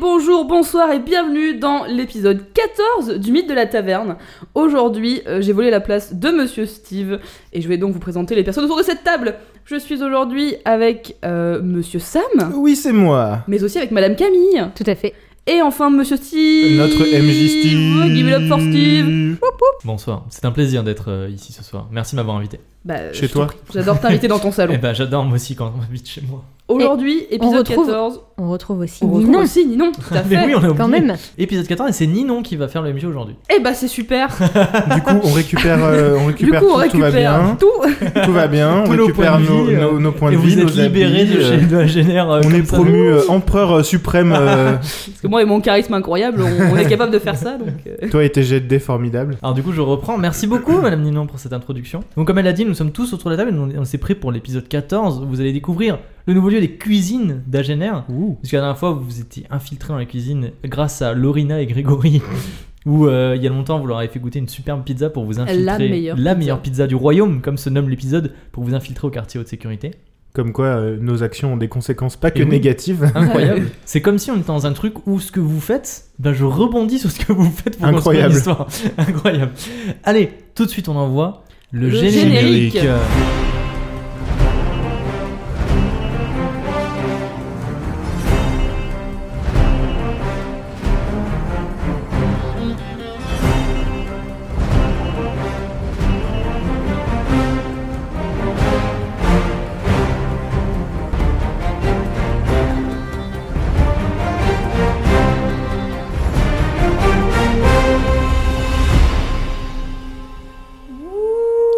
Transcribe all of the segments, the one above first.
Bonjour, bonsoir et bienvenue dans l'épisode 14 du mythe de la taverne. Aujourd'hui, euh, j'ai volé la place de Monsieur Steve et je vais donc vous présenter les personnes autour de cette table. Je suis aujourd'hui avec euh, Monsieur Sam, Oui, c'est moi. mais aussi avec Madame Camille Tout à fait. et enfin Monsieur Steve. Notre MJ Steve. Give it up for Steve. Bonsoir, c'est un plaisir d'être euh, ici ce soir. Merci de m'avoir invité. Bah, Chez je toi. t'en prie, J'adore t'inviter dans ton Eh salon. ben j'adore moi aussi quand on m'invite chez moi. Aujourd'hui, épisode retrouve- 14. On retrouve aussi On retrouve Ninon, aussi Ninon, tout à Mais fait. oui, on a oublié. quand même. Épisode 14 et c'est Ninon qui va faire le MJ aujourd'hui. Eh bah c'est super. Du coup, on récupère, euh, Du on récupère coup, on tout, tout va récupère bien, tout. tout va bien, on Tous nos récupère points de nos, vie, nos- euh, nos points et de vous vie, nos êtes libérés habits, de, euh, chez- de la génère. euh, on comme est ça. promu euh, empereur euh, suprême. euh, Parce que moi et mon charisme incroyable, on, on est capable de faire ça donc. euh, toi et tes jets de dés formidables. Alors du coup je reprends. Merci beaucoup Madame Ninon pour cette introduction. Donc comme elle l'a dit, nous sommes tous autour de la table. et nous- On s'est pris pour l'épisode 14. Vous allez découvrir le nouveau lieu des cuisines d'Agener. Parce que la dernière fois, vous vous étiez infiltré dans la cuisine grâce à Lorina et Grégory. Où euh, il y a longtemps, vous leur avez fait goûter une superbe pizza pour vous infiltrer. meilleure pizza. la meilleure pizza du royaume, comme se nomme l'épisode, pour vous infiltrer au quartier haute sécurité. Comme quoi, euh, nos actions ont des conséquences pas que Et oui. négatives. Incroyable. C'est comme si on était dans un truc où ce que vous faites, ben je rebondis sur ce que vous faites pour Incroyable. construire l'histoire. Incroyable. Allez, tout de suite, on envoie le, Le générique. générique.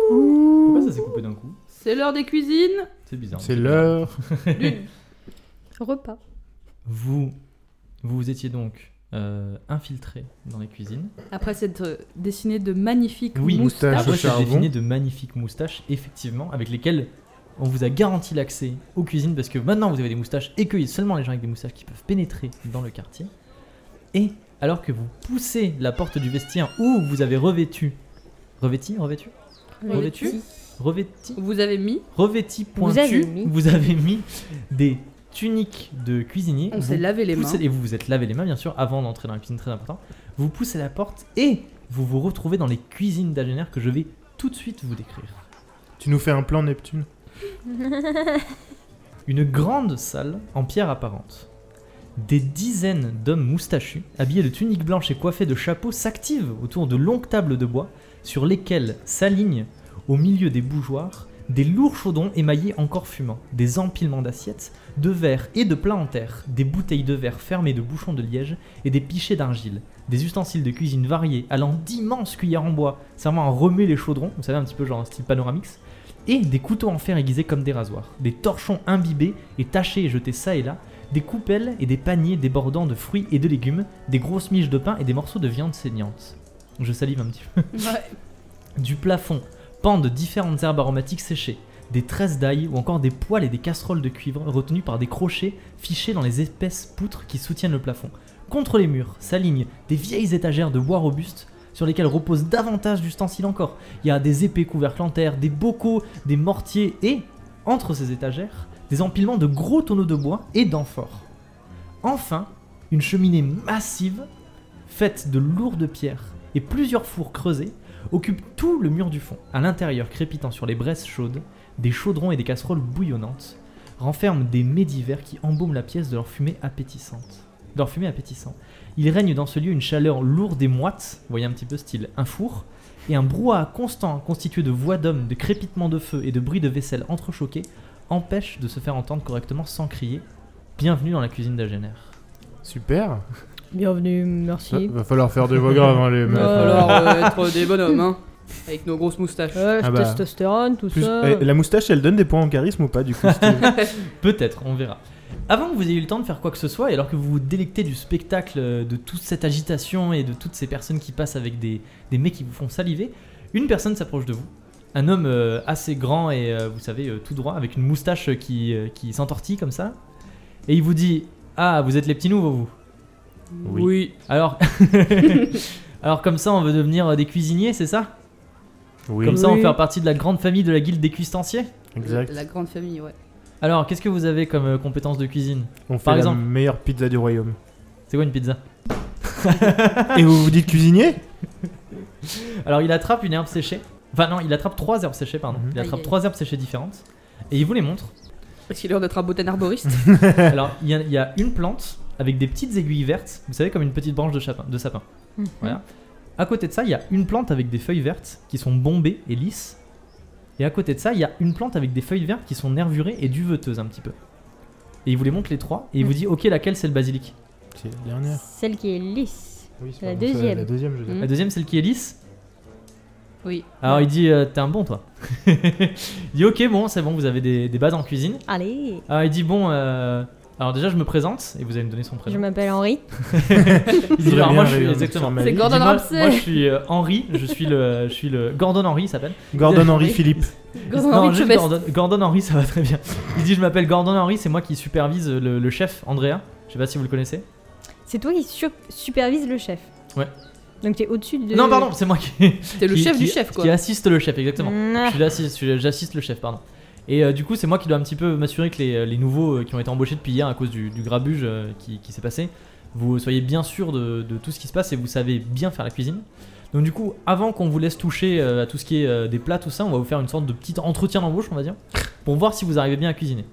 Pourquoi ça s'est coupé d'un coup C'est l'heure des cuisines. C'est bizarre. C'est l'heure. Repas. Vous, vous vous étiez donc euh, infiltré dans les cuisines. Après s'être euh, dessiné de magnifiques Ah, Oui, moustache. moustaches. Après, au c'est charbon. Ah, défini de magnifiques moustaches, effectivement, avec lesquelles on vous a garanti l'accès aux cuisines parce que maintenant vous avez des moustaches et qu'il y a seulement les gens avec des moustaches qui peuvent pénétrer dans le quartier. Et alors que vous poussez la porte du vestiaire où vous avez revêtu, revêti, revêtu, Revêtu revêti, Vous avez mis, revêti pointu, Vous avez mis. vous avez mis des tuniques de cuisinier. on Vous s'est lavé les mains. poussez- et vous vous êtes lavé les mains, bien sûr, avant d'entrer dans la cuisine, très important. Vous poussez la porte et vous vous retrouvez dans les cuisines d'Agener que je vais tout de suite vous décrire. Tu nous fais un plan Neptune Une grande salle en pierre apparente. Des dizaines d'hommes moustachus, habillés de tuniques blanches et coiffés de chapeaux, s'activent autour de longues tables de bois sur lesquelles s'alignent, au milieu des bougeoirs, des lourds chaudrons émaillés encore fumants, des empilements d'assiettes, de verres et de plats en terre, des bouteilles de verre fermées de bouchons de liège et des pichets d'argile, des ustensiles de cuisine variés allant d'immenses cuillères en bois servant à remuer les chaudrons, vous savez un petit peu genre un style panoramix, et des couteaux en fer aiguisés comme des rasoirs, des torchons imbibés et tachés et jetés ça et là, des coupelles et des paniers débordant de fruits et de légumes, des grosses miches de pain et des morceaux de viande saignante. Je salive un petit peu. Ouais. Du plafond pendent différentes herbes aromatiques séchées, des tresses d'ail ou encore des poêles et des casseroles de cuivre retenues par des crochets fichés dans les épaisses poutres qui soutiennent le plafond. Contre les murs s'alignent des vieilles étagères de bois robuste sur lesquelles reposent davantage d'ustensiles encore. Il y a des épées couvercles en terre, des bocaux, des mortiers et, entre ces étagères, des empilements de gros tonneaux de bois et d'amphores. Enfin, une cheminée massive, faite de lourdes pierres et plusieurs fours creusés, occupe tout le mur du fond, à l'intérieur crépitant sur les braises chaudes, des chaudrons et des casseroles bouillonnantes, renferment des mets divers qui embaument la pièce de leur fumée appétissante. de Leur fumée appétissante. Il règne dans ce lieu une chaleur lourde et moite, vous voyez un petit peu style un four, et un brouhaha constant constitué de voix d'hommes, de crépitements de feu et de bruits de vaisselle entrechoqués empêche de se faire entendre correctement sans crier. Bienvenue dans la cuisine d'Agener. Super. Bienvenue, Va, merci. va falloir faire des voix graves, hein, les meufs. Bah, alors euh, être des bonhommes, hein, avec nos grosses moustaches. Ouais, Ah bah. testostérone, tout Plus- eh, la moustache, elle donne des points en charisme ou pas, du coup Steve Peut-être, on verra. Avant que vous ayez eu le temps de faire quoi que ce soit, et alors que vous vous délectez du spectacle, euh, de toute cette agitation et de toutes ces personnes qui passent avec des, des mecs qui vous font saliver, une personne s'approche de vous. Un homme euh, assez grand et, euh, vous savez, euh, tout droit, avec une moustache euh, qui, euh, qui s'entortille comme ça. Et il vous dit Ah, vous êtes les petits nouveaux, vous Oui. Alors, alors comme ça, on veut devenir euh, des cuisiniers, c'est ça Oui, Comme ça, on Oui. fait partie de la grande famille de la guilde des cuistanciers exact. La grande famille, ouais. Alors, qu'est-ce que vous avez comme euh, compétences de cuisine On fait Par la exemple. meilleure pizza du royaume. C'est quoi une pizza Et vous vous dites cuisinier Alors il attrape une herbe séchée. Enfin non, il attrape trois herbes séchées, pardon. Mhm. Il Aïe, attrape aïe. trois herbes séchées différentes. Et il vous les montre. Est-ce qu'il est l'heure d'être un botan arboriste Alors il y, a- il y a une plante avec des petites aiguilles vertes, vous savez comme une petite branche de sapin. De sapin. Mhm. Voilà. À côté de ça, il y a une plante avec des feuilles vertes qui sont bombées et lisses. Et à côté de ça, il y a une plante avec des feuilles vertes qui sont nervurées et duveteuses un petit peu. Et il vous les montre les trois et il vous dit OK, laquelle c'est le basilic C'est la dernière. Celle qui est lisse. Oui, La pardon, c'est la- deuxième. La la deuxième, je Mm. La deuxième, celle qui est lisse Oui. Alors il dit euh, t'es un bon toi. il dit ok bon c'est bon vous avez des, des bases en cuisine. Allez, Alors Ah, il dit bon euh, alors déjà je me présente et vous allez me donner son je prénom. m'appelle Henri. Il dit, alors, moi je suis exactement. C'est Il dit, Gordon moi, Ramsay. moi, je suis euh, Henri, je suis le je suis le Gordon Henry il s'appelle. Gordon Henry Oui. Philippe. Gordon Non, Henry juste Chebest. Gordon, Gordon Henry ça va très bien. Il dit je m'appelle Gordon Henry c'est moi qui supervise le, le chef Andrea. Je sais pas si vous le connaissez. C'est toi qui sur- supervise le chef. Ouais. Donc t'es au-dessus de. Non pardon c'est moi qui T'es le qui- chef du qui- chef, quoi. Qui assiste le chef exactement. Nah. Je suis là, si- je suis- J'assiste le chef, pardon. Et euh, du coup, c'est moi qui dois un petit peu m'assurer que les, les nouveaux euh, qui ont été embauchés depuis hier à cause du, du grabuge euh, qui, qui s'est passé, vous soyez bien sûr de, de tout ce qui se passe et vous savez bien faire la cuisine. Donc du coup, avant qu'on vous laisse toucher euh, à tout ce qui est euh, des plats, tout ça, on va vous faire une sorte de petit entretien d'embauche, on va dire, pour voir si vous arrivez bien à cuisiner.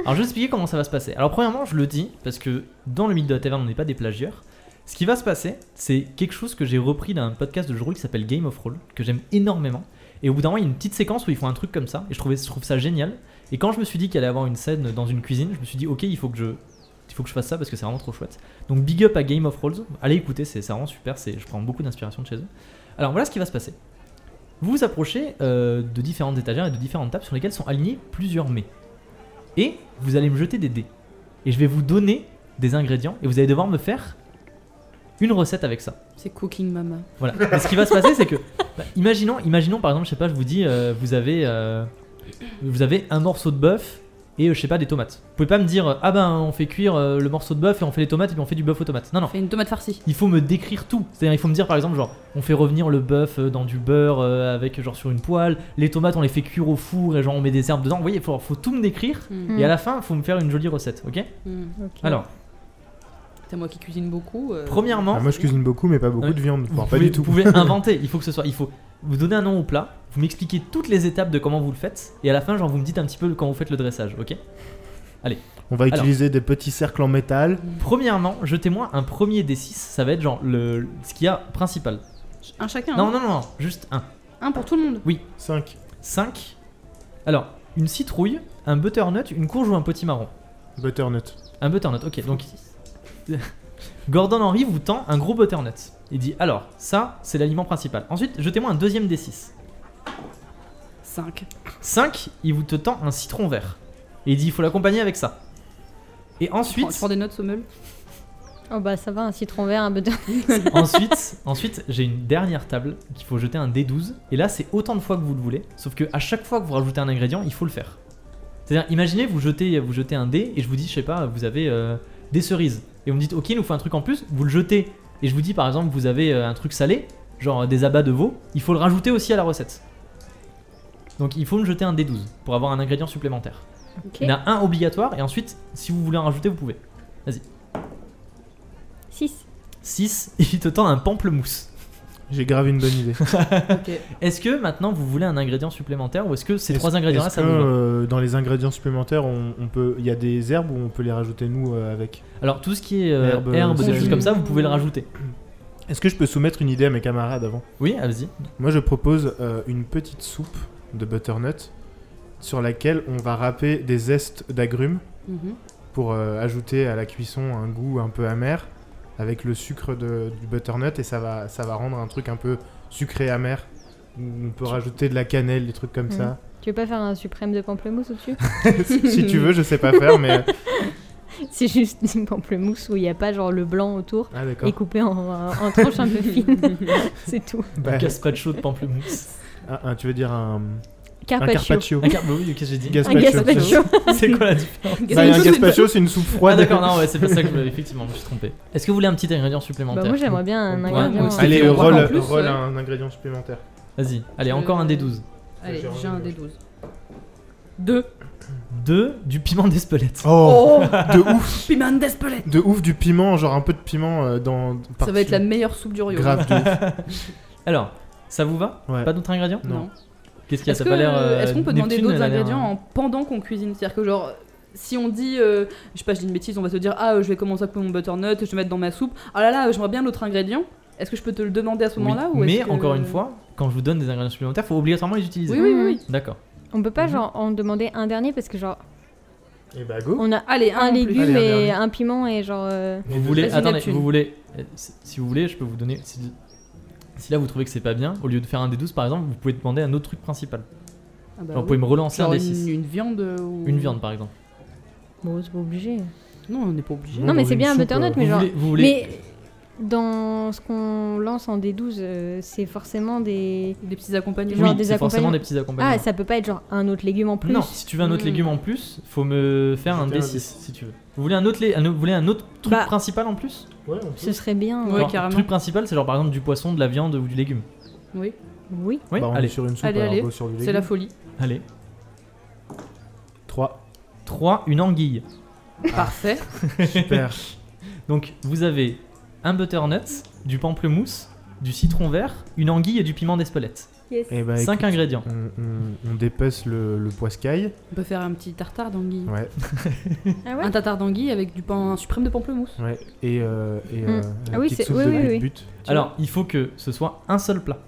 Alors je vais expliquer comment ça va se passer. Alors premièrement, je le dis parce que dans le mythe de la taverne, on n'est pas des plagieurs. Ce qui va se passer, c'est quelque chose que j'ai repris d'un podcast de Joroui qui s'appelle Game of Roll, que j'aime énormément. Et au bout d'un moment, il y a une petite séquence où ils font un truc comme ça, et je, trouvais, je trouve ça génial. Et quand je me suis dit qu'il allait avoir une scène dans une cuisine, je me suis dit, ok, il faut que je, il faut que je fasse ça parce que c'est vraiment trop chouette. Donc big up à Game of Rolls, allez écouter, c'est c'est vraiment super, c'est- je prends beaucoup d'inspiration de chez eux. Alors voilà ce qui va se passer. Vous vous approchez euh, de différentes étagères et de différentes tables sur lesquelles sont alignés plusieurs mets. Et vous allez me jeter des dés. Et je vais vous donner des ingrédients et vous allez devoir me faire une recette avec ça. C'est Cooking Mama. Voilà. Mais ce qui va se passer, c'est que, bah, imaginons, imaginons par exemple, je sais pas, je vous dis, euh, vous avez, euh, vous avez un morceau de bœuf et euh, je sais pas des tomates. Vous pouvez pas me dire, euh, ah ben on fait cuire euh, le morceau de bœuf et on fait les tomates et puis on fait du bœuf aux tomates. Non non. Fais une tomate farcie. Il faut me décrire tout. C'est-à-dire, il faut me dire par exemple, genre, on fait revenir le bœuf euh, dans du beurre euh, avec genre sur une poêle. Les tomates, on les fait cuire au four et genre on met des herbes dedans. Vous voyez, faut, faut tout me décrire. Mm. Et à la fin, faut me faire une jolie recette, ok Mm. Ok. Alors, C'est moi qui cuisine beaucoup. euh, premièrement, Ah, moi je cuisine beaucoup, mais pas beaucoup Ouais. de viande. Vous Enfin, pas pouvez, du tout. vous pouvez inventer, il faut que ce soit. Il faut vous donner un nom au plat, vous m'expliquez toutes les étapes de comment vous le faites, et à la fin, genre, vous me dites un petit peu quand vous faites le dressage, ok On va Alors. utiliser des petits cercles en métal. Premièrement, jetez-moi un premier des 6, ça va être genre le, ce qu'il y a principal. Un chacun. Non, hein. non, non, non, juste un. Un pour tout le monde. 5. 5. Alors, une citrouille, un butternut, une courge ou un potimarron Butternut. Un butternut, ok, donc. Gordon Henry vous tend un gros butternut. Il dit alors, ça, c'est l'aliment principal. Ensuite, jetez-moi un deuxième des 6. 5. 5, il vous te tend un citron vert. Et il dit il faut l'accompagner avec ça. Et Tu ensuite, prends des notes, Sommel Oh bah ça va, un citron vert, un butter. ensuite, ensuite j'ai une dernière table qu'il faut jeter un D12. Et là, c'est autant de fois que vous le voulez. Sauf que à chaque fois que vous rajoutez un ingrédient, il faut le faire. C'est-à-dire, imaginez, vous jetez, vous jetez un dé et je vous dis, je sais pas, vous avez euh, des cerises. Et vous me dites, ok, il nous faut un truc en plus. Vous le jetez. Et je vous dis, par exemple, vous avez euh, un truc salé, genre euh, des abats de veau. Il faut le rajouter aussi à la recette. Donc, il faut me jeter un D12 pour avoir un ingrédient supplémentaire. Ok. Il y en a un obligatoire et ensuite, si vous voulez en rajouter, vous pouvez. 6. 6, il te tend un pamplemousse. J'ai grave une bonne idée. Ok. Est-ce que maintenant vous voulez un ingrédient supplémentaire ou est-ce que ces Est-ce- trois ingrédients-là est-ce ça que, vous va euh, dans les ingrédients supplémentaires, on, on peut, il y a des herbes où on peut les rajouter nous euh, avec. Alors tout ce qui est euh, Herbe, euh, herbe, des salée. choses comme ça, vous pouvez le rajouter. Est-ce que je peux soumettre une idée à mes camarades avant Oui, allez-y. Moi, je propose euh, une petite soupe de butternut sur laquelle on va râper des zestes d'agrumes Mhm. pour euh, ajouter à la cuisson un goût un peu amer avec le sucre de- du butternut et ça va, ça va rendre un truc un peu sucré amer. On peut rajouter de la cannelle, des trucs comme Mhm. ça. Tu veux pas faire un suprême de pamplemousse au-dessus si tu veux, je sais pas faire, mais. C'est juste une pamplemousse où il n'y a pas genre le blanc autour Ah, d'accord. et coupé en, en tranches un peu Mm-hmm. fines. C'est tout. Bah, Gaspacho de pamplemousse. un- un- Ah, tu veux dire un. Un Carpaccio. carpaccio. un car... bah oui, qu'est-ce que j'ai dit Un gazpacho. C'est quoi la différence Bah, un Gaspacho, gazpacho, c'est une soupe Ah froide. d'accord, non, ouais, c'est pas ça que je me- effectivement, je me suis trompé. Est-ce que vous voulez un petit ingrédient Bah supplémentaire moi j'aimerais bien un Ouais, moi ingrédient. aussi. Allez, C'est euh, froid roll, en plus, roll ouais. un ingrédient supplémentaire. Vas-y, allez, Je- encore un D12. Allez, J'ai j'ai un envie de- des 12. 2. 2. Du piment d'Espelette. Oh, Oh, de ouf, piment d'Espelette de ouf du piment, genre un peu de piment euh, dans. Ça va être la meilleure soupe du royaume. Grave de ouf. Alors, ça vous va Ouais. Pas d'autres ingrédients Non. Qu'est-ce qu'il y a Est-ce Ça que- a pas l'air. euh, est-ce qu'on peut demander Neptune, d'autres elle a l'air, ingrédients euh, en pendant qu'on cuisine C'est-à-dire que genre si on dit, euh, je sais pas, je dis une bêtise, on va se dire ah euh, je vais commencer à couper mon butternut, je vais mettre dans ma soupe. Ah là là, euh, j'aimerais bien l'autre ingrédient. Est-ce que je peux te le demander à ce oui. moment-là ou Mais est-ce que- encore une fois, quand je vous donne des ingrédients supplémentaires, faut obligatoirement les utiliser. Oui oui oui. oui. D'accord. On peut pas Mhm. genre en demander un dernier parce que genre Et bah go. on a Allez un en plus. légume Allez, un et dernier. un piment et genre euh, Et Vous voulez, Vas-y, attendez, Neptune. vous voulez, euh, si si vous voulez, je peux vous donner. Si, si là vous trouvez que c'est pas bien, au lieu de faire un des 12 par exemple, vous pouvez demander un autre truc principal. Ah bah Genre, vous oui. pouvez me relancer Genre un des une, 6. une viande euh, ou... Une viande par exemple. bon c'est pas obligé. Non, on n'est pas obligé. Non, Non mais dans c'est une bien un soupe, butternut euh, Vous mais genre voulez, vous voulez- mais dans ce qu'on lance en D12 euh, c'est forcément des Des petits accompagnements. genre oui, des c'est forcément accompagnements. des petits accompagnements. ah ça peut pas être genre un autre légume en plus. Bah non, si tu veux un autre Mm. légume en plus, faut me faire un Jeter un D6 D6. si tu veux. Vous voulez un autre, lé- un- vous voulez un autre truc Bah, principal en plus Ouais, on peut. Ce serait bien. Ouais. Genre, carrément. truc principal, c'est genre par exemple du poisson, de la viande ou du légume. Oui, Oui. Oui, Bah, on est allez. sur une soupe, Allez, alors allez. go sur du c'est la légume. folie. Allez. 3. 3, une anguille. Ah. Parfait. Super. Donc vous avez un butternut, du pamplemousse, du citron vert, une anguille et du piment d'Espelette. Et bah, 5 écoute, ingrédients. on, on, on dépece le, le poiscaille. On peut faire un petit tartare d'anguille. Ouais, Ah ouais. Un tartare d'anguille avec du pain un suprême de pamplemousse. ouais. Et, euh, et Mm. euh, Ah la oui, petite c'est- soupe oui, de oui, but- oui. but. Alors il faut que ce soit un seul plat.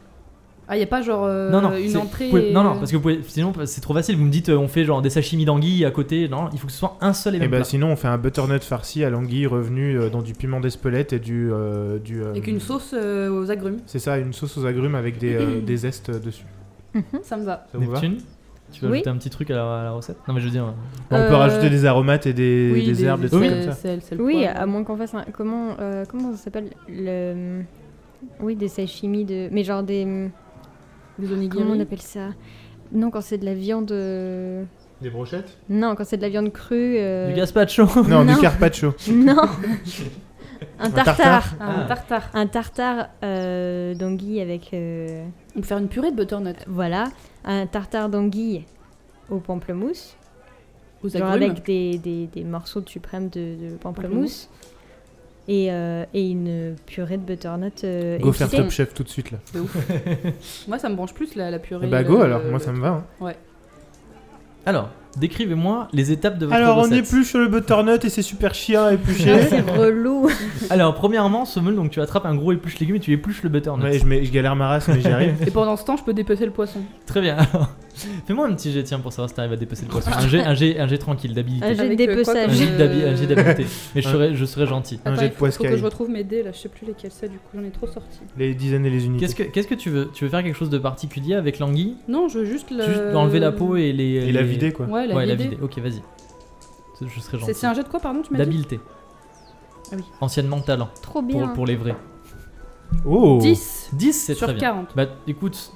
Ah, y a pas genre euh, non non, une c'est- entrée. vous pouvez- non et- non parce que vous pouvez- sinon c'est trop facile. Vous me dites euh, on fait genre des sashimi d'anguille à côté. Non, il faut que ce soit un seul et Et même bah, plat. sinon, on fait un butternut farci à l'anguille revenu euh, dans du piment d'Espelette et du. euh, du euh, Avec une sauce euh, aux agrumes. C'est ça, une sauce aux agrumes avec des, euh, des zestes dessus. Ça me va. Ça vous va Neptune, tu veux Oui. ajouter un petit truc à la, à la recette Non mais je veux dire. euh, On Euh, peut rajouter des aromates et des, des herbes, des c'est- trucs comme ça. c'est- c'est le Oui, poivre. à moins qu'on fasse un comment euh, comment ça s'appelle le oui des sashimi de mais genre des Des euh, comment on onigiri. appelle ça non quand c'est de la viande euh, Des brochettes non quand c'est de la viande crue euh, Du gazpacho. Non, Non. du carpaccio. non un tartare Ah, Un Ah. tartare. un tartare euh, d'anguille avec euh, On peut faire une purée de butternut voilà un tartare d'anguille au pamplemousse aux genre agrumes. avec des, des, des morceaux de suprême de, de pamplemousse et, euh, et une purée de butternut euh, Go faire épicée. top chef tout de suite là. Moi, ça me branche plus la, la purée. euh, Et bah, le- go alors, moi le- ça me va. hein. Alors décrivez-moi les étapes de votre Alors on recette. épluche le butternut et c'est super chiant à Ah, éplucher. c'est relou. Alors premièrement semoule donc tu attrapes un gros épluche légumes et tu épluches le butternut. Ouais, je, mets- je galère ma race mais j'y arrive. Et pendant ce temps, je peux dépecer le poisson. Très bien. Alors, fais-moi un petit jet, tiens, pour savoir si t'arrives à dépasser le poisson. Un jet, un jet, un jet tranquille, Un d'habilité. jet de Avec, euh, quoi Un comme- euh, dépeçage. jet d'habi- un jet d'habileté. Mais je Ouais. serais, je serais gentil. Un Attends, jet il faut, de faut que poiscaille. je retrouve mes dés là, je sais plus lesquels c'est du coup, j'en ai trop sorti. Les dizaines et les unités. Qu'est-ce que, qu'est-ce que tu veux Tu veux faire quelque chose de particulier avec l'anguille Non, je veux juste le. Juste enlever la peau et les. Et la les- vider quoi. Ouais, Euh. la ouais, la vider. vider. Ok, vas-y. C'est- Je serais C'est- gentil. C'est un jet de quoi, pardon, tu m'as dit D'habileté. Ah oui. Anciennement talent, Trop bien. pour, pour les vrais. Oh 10 10, c'est sur très bien. 40. Bah écoute,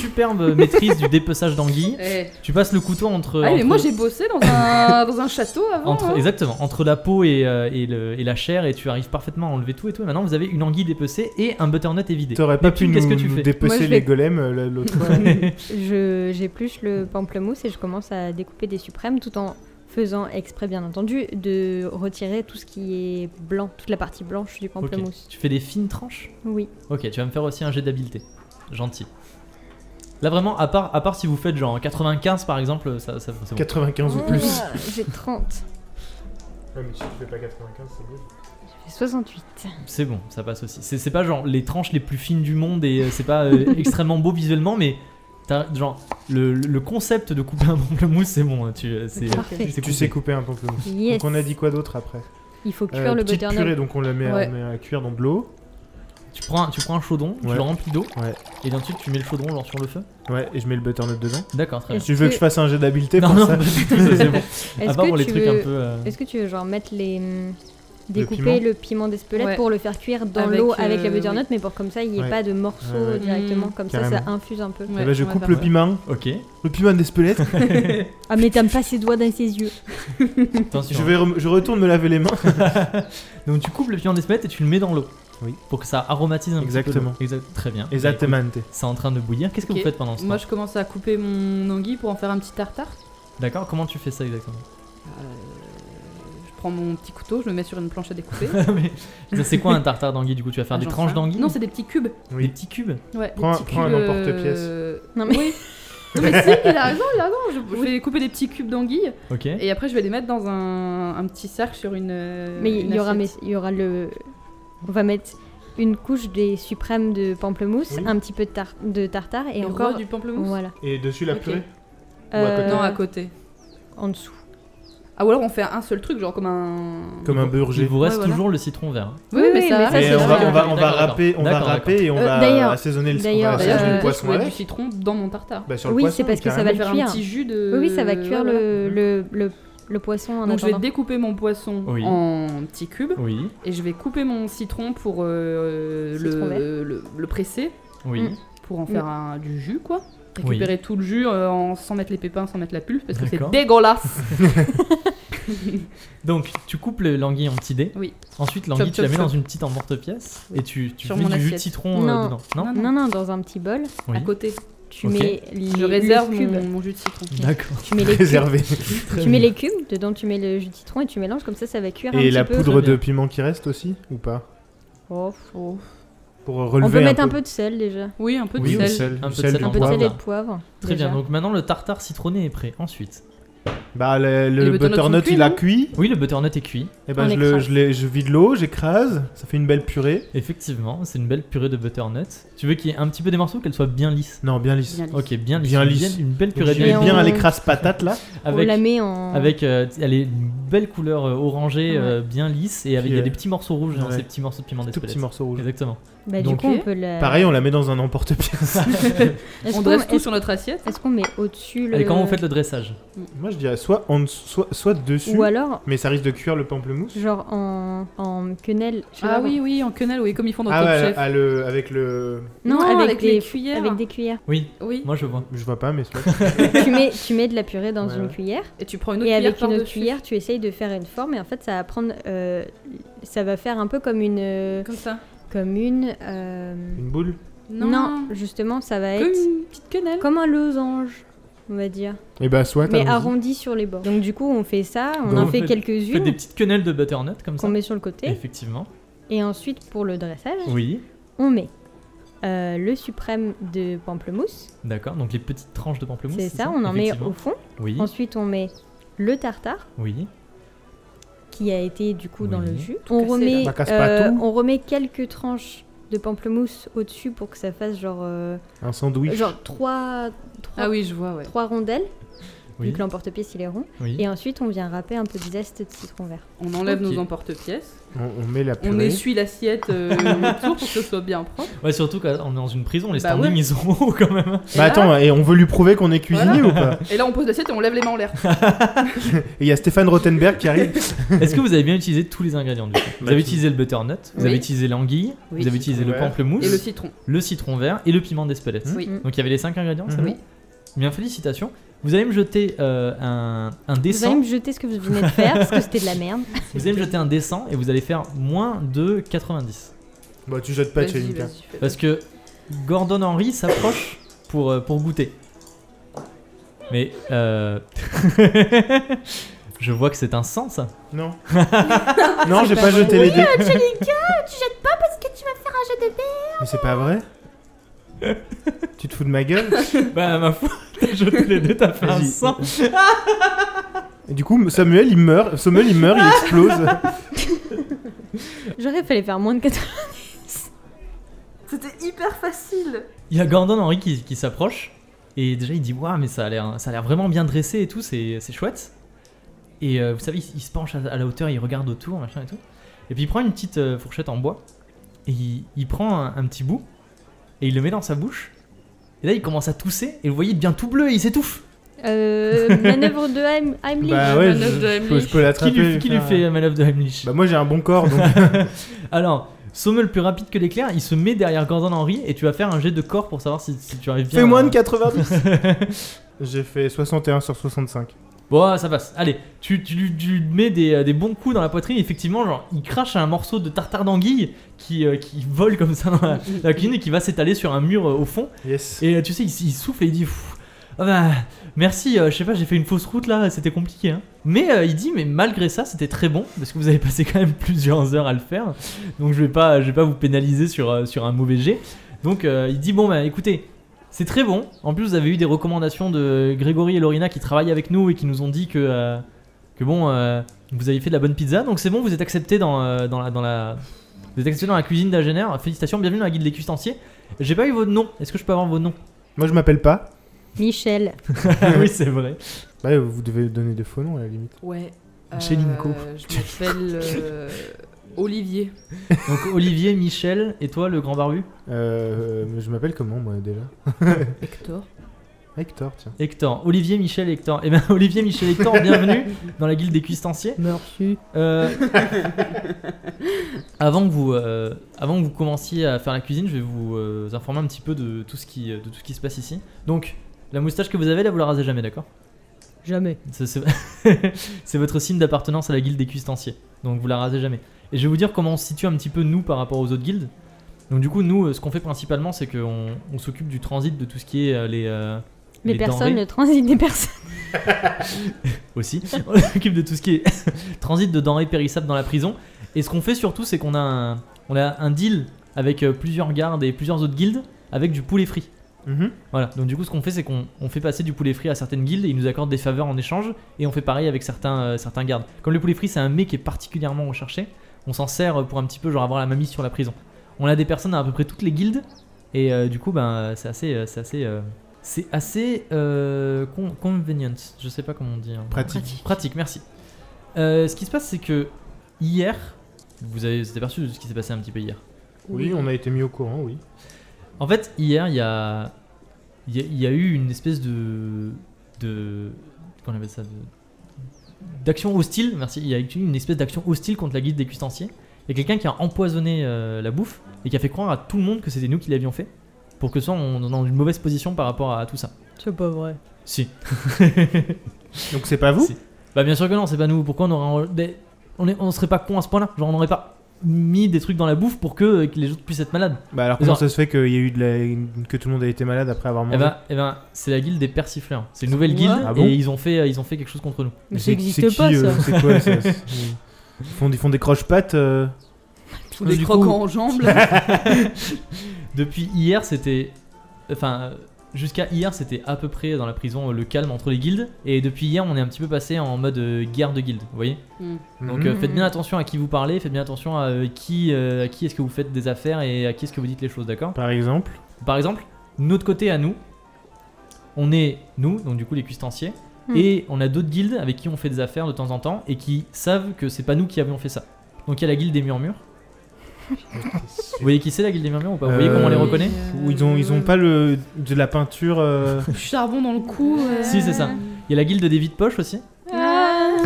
superbe maîtrise du dépeçage d'anguille. Eh. Tu passes le couteau entre. Ah, mais entre- moi j'ai bossé dans un, dans un château avant. Entre, hein. Exactement, entre la peau et, euh, et le- et la chair, et tu arrives parfaitement à enlever tout et tout. Et maintenant, vous avez une anguille dépecée et un butternut évidé. T'aurais pas pu Neptune, nous, qu'est-ce que tu nous fais dépecer Moi, je les vais- golems euh, la- l'autre fois Je j'épluche le pamplemousse et je commence à découper des suprêmes tout en faisant exprès bien entendu de retirer tout ce qui est blanc, toute la partie blanche du Ok. pamplemousse. Tu fais des fines tranches Oui. Ok, tu vas me faire aussi un jet d'habileté. Gentil. Là, vraiment, à part, à part si vous faites genre 95 par exemple, ça, ça c'est bon. 95 ou plus. Ah, J'ai 30. Ouais, mais si tu fais pas 95, c'est bon. J'ai 68. C'est bon, ça passe aussi. C'est c'est pas genre les tranches les plus fines du monde et euh, c'est pas euh, extrêmement beau visuellement, mais t'as genre le, le concept de couper un pamplemousse, c'est bon. hein, tu, euh, c'est- Parfait. c'est Tu sais couper un pamplemousse. Yes. Donc on a dit quoi d'autre après Il faut cuire Euh, le Petite butternut. purée, donc on la met, à- Ouais. on met à cuire dans de l'eau. Tu prends, un- tu prends un chaudron, tu Ouais. le remplis d'eau, Ouais. et ensuite tu mets le chaudron genre sur le feu. Ouais, et je mets le butternut dedans. D'accord, très bien. Est-ce Tu veux que que- je fasse un jet d'habileté Non, pour non, ça pas du tout, ça, c'est bon. À Est-ce part pour que les tu trucs un veux peu. euh, est-ce que tu veux genre mettre les hum, découper piment le piment d'Espelette Ouais. pour le faire cuire dans Avec, l'eau avec euh, la butternut, mais pour comme ça il n'y ait Ouais. pas de morceaux Ouais, ouais. directement, Mm. comme ça ça Carrément. infuse un peu. Eh Ouais, ben, je on va coupe faire le ça. piment, Ok. le piment d'Espelette. Ah mais t'aimes pas ses doigts dans ses yeux. Attention. je, vais rem- je retourne me laver les mains. Donc tu coupes le piment d'Espelette et tu le mets dans l'eau. Oui. Pour que ça aromatise un Exactement. petit peu. l'eau. Exact. Très bien. Bah, Exactement. écoute, C'est en train de bouillir. Qu'est-ce que Ok. vous faites pendant ce Moi temps je commence à couper mon anguille pour en faire un petit tartare. Euh, D'accord Comment tu fais ça exactement Je prends mon petit couteau, je le mets sur une planche à découper. Mais, je veux dire, C'est quoi un tartare d'anguille du coup Tu vas faire Ah, des j'en sais tranches rien. d'anguille Non, c'est des petits cubes. Des Oui. petits cubes Ouais, des Prends- petits prends un cubes, emporte-pièce. euh, Non, mais- Oui. Non, mais si, il a raison, il a raison. Je, je vais couper des petits cubes d'anguilles Ok. et après je vais les mettre dans un, un petit cercle sur une. euh, Mais il une y, aura, assiette. mes- il y aura le. On va mettre une couche des suprêmes de pamplemousse, Oui. un petit peu de, tar- de tartare et, Et encore. encore du pamplemousse Voilà. Et dessus la Ok. purée Ou à Euh, côté. Non, à côté. En dessous. Ah, ou alors on fait un seul truc, genre comme un. Comme un Il beurger. vous reste Ouais, voilà. toujours le citron vert. Oui, Oui, mais ça, mais va. ça, Et c'est on va, sûr. on va, on va D'accord, râper, on va d'accord. râper et on Euh, va d'ailleurs- assaisonner le, on va d'ailleurs, assaisonner D'ailleurs, euh, le je- je poisson mets du avec. citron dans mon tartare. Bah, sur le Oui, poisson, c'est parce que ça Je carrément. vais le faire un cuire. petit jus de. Oui, oui, ça va cuire Ouais, voilà. le, le, le, le poisson en Donc je vais attendant. découper mon poisson Oui. en petits cubes Oui. et je vais couper mon citron pour euh, Citron vert. le, le- le presser Oui. Mm. pour en faire un, du jus quoi. Oui. Récupérer tout le jus euh, en, sans mettre les pépins, sans mettre la pulpe parce que c'est D'accord. dégueulasse. Donc tu coupes le- l'anguille en petits dés. Oui. Ensuite l'anguille Chop, tu la chop, mets chop. dans une petite emporte-pièce et tu, tu Sur mets mon du jus de assiette. citron euh, Non. dedans. Non, Non, Non, non, dans un petit bol, Oui. À côté, tu Ok. mets les je réserve le cube. mon, mon jus de citron. D'accord. Tu mets les cubes. Réservé. Très Tu mets bien. les cubes, dedans tu mets le jus de citron et tu mélanges comme ça, ça va cuire un Et petit la peu. poudre Très de bien. piment qui reste aussi ou pas Oh. Oh. Pour On relever peut mettre un un peu. peu de sel déjà. Oui, un peu de Oui, sel. du sel, Un du peu de sel, sel du en Un peu de poivre. poivre. sel et de poivre. Très déjà. bien. Donc maintenant le tartare citronné est prêt. Ensuite. Bah le, le Les butternuts butternut sont cuits, il a non cuit. Oui le butternut est cuit. Et ben On je, le, écrase. je, les- je vide l'eau, j'écrase, ça fait une belle purée. Effectivement c'est une belle purée de butternut. Tu veux qu'il y ait un petit peu des morceaux qu'elle soit bien lisse. Non bien lisse. Bien lisse. Ok bien lisse. Bien lisse. une belle Donc, purée je de mets Et bien on- à l'écrase patate là. On la avec met en. avec euh, elle est une belle couleur euh, orangée euh, bien lisse et avec il y a euh, des petits morceaux rouges dans ouais. ces petits morceaux de piment Tout d'Espelette. petit morceau rouge. Exactement. Bah, du Donc- coup, on peut la. Pareil, on la met dans un emporte-pièce. Est-ce On qu'on- dresse tout est-ce- sur notre assiette. Est-ce qu'on met au-dessus le. Allez comment vous faites le dressage Moi je dirais soit en dessous- soit, soit dessus, Ou alors, mais ça risque de cuire le pamplemousse. genre en, en quenelle. je sais Ah pas. oui, oui, en quenelle, oui, comme ils font dans Ah Top ouais, Chef. à le, avec le, ah. Non, avec, les des, cuillères. avec des cuillères. Oui Oui. moi je vois. je vois pas mais soit. tu, mets, tu mets de la purée dans Ouais, une ouais. cuillère. Et tu prends une autre Et cuillère avec une autre par-dessus. cuillère, tu essayes de faire une forme. Et en fait, ça va prendre. euh, ça va faire un peu comme une. euh, Comme ça. Comme une. euh, une boule. Non. Non. justement, ça va Comme être une petite quenelle. comme un losange, on va dire, Eh Et ben, bah soit. mais allons-y. arrondi sur les bords. Donc du coup, on fait ça, on Donc, en on fait fait- Faites des quelques-unes petites quenelles de butternut comme ça. Mmh. qu'on met sur le côté, Effectivement. et ensuite pour le dressage, Oui. on met euh, le suprême de pamplemousse, D'accord, donc les petites tranches de pamplemousse. c'est ça, on en met Effectivement. au fond. Oui, Ensuite, on met le tartare oui. qui a été du coup dans Oui. le jus. Tout On casser, là. remet, Bah, casse pas euh, tout. on remet quelques tranches de pamplemousse au-dessus pour que ça fasse genre euh, Un sandwich. genre trois trois, Ah oui, je vois, ouais. trois rondelles Oui. vu que l'emporte-pièce il est rond. oui. Et ensuite, on vient râper un peu de zeste de citron vert. On enlève Ok. nos emporte-pièces, On, on met la on purée. essuie l'assiette euh, autour pour que ce soit bien propre. Ouais, surtout quand on est dans une prison, les Bah standings ouais. ils sont hauts quand même. Et là- Bah attends, et on veut lui prouver qu'on est cuisinier Voilà. ou pas Et là, on pose l'assiette et on lève les mains en l'air. Et il y a Stéphane Rothenberg qui arrive. Est-ce que vous avez bien utilisé tous les ingrédients du coup Vous avez Bah, tu- utilisé le butternut, vous Oui. avez utilisé l'anguille, Oui. vous avez utilisé le Ouais. pamplemousse, Et le le... citron. citron vert et le piment d'Espelette. Hmm. Oui. Donc il y avait les 5 ingrédients, ça Mhm. va Oui. Bien, félicitations. Vous allez me jeter euh, un, un Vous allez dessin. me jeter ce que vous venez de faire parce que c'était de la merde. Vous allez me jeter un dessin et vous allez faire moins de 90. Bah tu jettes pas, Vas-y, Chelinka. vas-y, fais-le. Parce que Gordon Henry s'approche pour, euh, pour goûter. Mais euh... je vois que c'est un sang ça. Non. non, j'ai pas pas vrai. jeté les dés. ah, Angelica, tu jettes pas parce que tu vas Ah, faire un jeu de bête. Mais c'est pas vrai Tu te fous de ma gueule Bah ma foi, t'as jeté les deux, t'as fait un Vas-y. sang. Et du coup, Samuel il meurt, Samuel il meurt, il explose. Bah, J'aurais fallu faire moins de 80. C'était hyper facile. Il y a Gordon Henry qui, qui s'approche et déjà il dit waouh mais ça a l'air ça a l'air vraiment bien dressé et tout, c'est c'est chouette. Et euh, vous savez, il, il se penche à, à la hauteur, il regarde autour, machin et tout. Et puis il prend une petite euh, fourchette en bois et il, il prend un, un petit bout et il le met dans sa bouche. Et là il commence à tousser et vous voyez il devient tout bleu et il s'étouffe. Euh, manœuvre de Heim- Heimlich. bah ouais, je, manœuvre de je Heimlich. peux, je peux Qui l'attraper. lui, qui lui enfin. fait euh, hein la manœuvre de Heimlich Bah moi j'ai un bon corps donc. Alors, Sommel plus rapide que l'éclair, il se met derrière Gordon Henry et tu vas faire un jet de corps pour savoir si, si tu arrives bien. euh, Fais moins à- de 90 hein. J'ai fait 61 sur 65. Bon, ça passe. Allez, tu, tu lui tu lui mets des, euh, des bons coups dans la poitrine. Effectivement, genre, il crache un morceau de tartare d'anguille qui, euh, qui vole comme ça dans la, la cuisine et qui va s'étaler sur un mur euh, au fond. Yes. Et euh, tu sais, il, s- il souffle et il dit Pfff, Ah bah, merci, euh, je sais pas, j'ai fait une fausse route là, c'était compliqué. hein. Mais euh, il dit, mais malgré ça, c'était très bon, parce que vous avez passé quand même plusieurs heures à le faire, donc je vais pas, je vais pas vous pénaliser sur, euh, sur un mauvais jet. Donc euh, il dit, bon bah écoutez, c'est très bon, en plus vous avez eu des recommandations de Grégory et Lorina qui travaillent avec nous et qui nous ont dit que, euh, que bon, euh, vous avez fait de la bonne pizza, donc c'est bon, vous êtes accepté dans, euh, dans, la, dans la... Vous êtes accepté dans la cuisine d'Agener, félicitations, bienvenue dans la guide des cuistanciers. J'ai pas eu vos noms, est-ce que je peux avoir vos noms Moi, je m'appelle pas. Michel. Ah Oui, c'est vrai. Bah, vous devez donner des faux noms à la limite. Ouais. Chez Linko. Je m'appelle euh, Olivier. Donc Olivier, Michel et toi le grand barbu Euh, mais je m'appelle comment, moi, déjà Hector. Hector, tiens. Hector. Olivier, Michel, Hector. Eh ben Olivier, Michel, Hector, bienvenue dans la guilde des cuistanciers. Merci. Euh, avant, que vous, euh, avant que vous commenciez à faire la cuisine, je vais vous euh, informer un petit peu de tout, ce qui, de tout ce qui se passe ici. Donc, la moustache que vous avez là, vous la rasez jamais, d'accord Jamais. Ça, C'est c'est votre signe d'appartenance à la guilde des cuistanciers. Donc vous la rasez jamais. Et je vais vous dire comment on se situe un petit peu nous par rapport aux autres guildes. Donc du coup, nous, euh, ce qu'on fait principalement, c'est qu'on on s'occupe du transit de tout ce qui est euh, les... euh, Les, personnes, denrées le transit des personnes. aussi. On s'occupe de tout ce qui est transit de denrées périssables dans la prison. Et ce qu'on fait surtout, c'est qu'on a un, on a un deal avec euh, plusieurs gardes et plusieurs autres guildes avec du poulet frit. Mhm. Voilà, donc du coup ce qu'on fait c'est qu'on on fait passer du poulet frit à certaines guildes et ils nous accordent des faveurs en échange et on fait pareil avec certains, euh, certains gardes. Comme le poulet frit c'est un mets qui est particulièrement recherché, on s'en sert pour un petit peu genre avoir la mamie sur la prison. On a des personnes à à peu près toutes les guildes et euh, du coup ben euh, c'est assez... euh, c'est assez, euh, c'est assez euh, con- convenient, je sais pas comment on dit. hein. Pratique. Pratique, merci. Euh, ce qui se passe c'est que hier, vous avez vous êtes aperçu de ce qui s'est passé un petit peu hier. Oui, on a été mis au courant, oui. En fait, hier, il y a, il y a- il y a eu une espèce de. de comment on appelle ça de- D'action hostile, merci. Il y a eu une espèce d'action hostile contre la guilde des cuistanciers. Il y a quelqu'un qui a empoisonné euh, la bouffe et qui a fait croire à tout le monde que c'était nous qui l'avions fait pour que soit on est dans une mauvaise position par rapport à tout ça. C'est pas vrai. Si. Donc, c'est pas vous Si. Bah bien sûr que non, c'est pas nous. Pourquoi on aurait, des- on, est- on serait pas con à ce point-là Genre on n'aurait pas mis des trucs dans la bouffe pour que, que les autres puissent être malades. Bah, alors, comment Genre- ça se fait qu'il y a eu de la... que tout le monde a été malade après avoir mangé Eh ben, eh ben, c'est la guilde des persifleurs. C'est une nouvelle guilde Quoi Ah bon et ils ont fait, euh, ils ont fait quelque chose contre nous. Mais ça c'est- existe c'est qui, pas, euh, ça. C'est quoi ça c'est- ils, font, ils font des croche-pattes euh, Ou des Du croquants coup- en jambes. Depuis hier, c'était, enfin, euh, jusqu'à hier, c'était à peu près dans la prison euh, le calme entre les guildes. Et depuis hier, on est un petit peu passé en mode euh, guerre de guildes. Vous voyez Donc mhm. euh, faites bien attention à qui vous parlez, faites bien attention à euh, qui, euh, à qui est-ce que vous faites des affaires et à qui est-ce que vous dites les choses, d'accord Par exemple Par exemple, notre côté à nous, on est nous, donc du coup les cuistanciers, Hmm. et on a d'autres guildes avec qui on fait des affaires de temps en temps et qui savent que c'est pas nous qui avions fait ça. Donc il y a la guilde des murmures. Vous voyez qui c'est la guilde des murmures ou pas Vous voyez comment on les Euh, reconnaît Ou ils ont, euh, ils ont pas le, de la peinture. euh, Du charbon dans le cou. ouais. Si, c'est ça. Il y a la guilde des vides poches aussi Ah.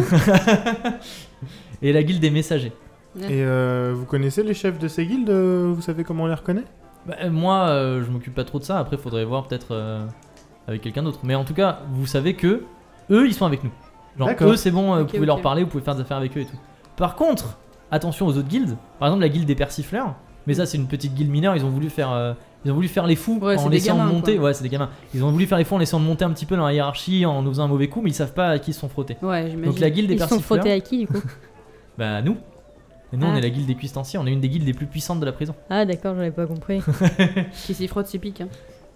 et la guilde des messagers. Et euh, vous connaissez les chefs de ces guildes euh, Vous savez comment on les reconnaît Bah, euh, moi, euh, je m'occupe pas trop de ça. Après, faudrait voir peut-être euh, avec quelqu'un d'autre. Mais en tout cas, vous savez que eux, ils sont avec nous. Genre, D'accord. eux, c'est bon, euh, vous Ok, pouvez ok. leur parler, vous pouvez faire des affaires avec eux et tout. Par contre, attention aux autres guildes. Par exemple, la guilde des persifleurs. Mais ça, c'est une petite guilde mineure. Ils ont voulu faire, euh, ils ont voulu faire les fous Ouais, c'est en des laissant gamins, monter. quoi. Ouais, c'est des gamins. Ils ont voulu faire les fous en laissant monter un petit peu dans la hiérarchie, en nous faisant un mauvais coup, mais ils savent pas à qui ils se sont frottés. Ouais, j'imagine. Donc la guilde des Ils se sont persifleurs. frottés à qui, du coup Bah nous. Et nous, on Ah. est la guilde des cuistanciers. On est une des guildes les plus puissantes de la prison. Ah, d'accord, j'avais pas compris. Qui s'y frotte, s'y pique. hein.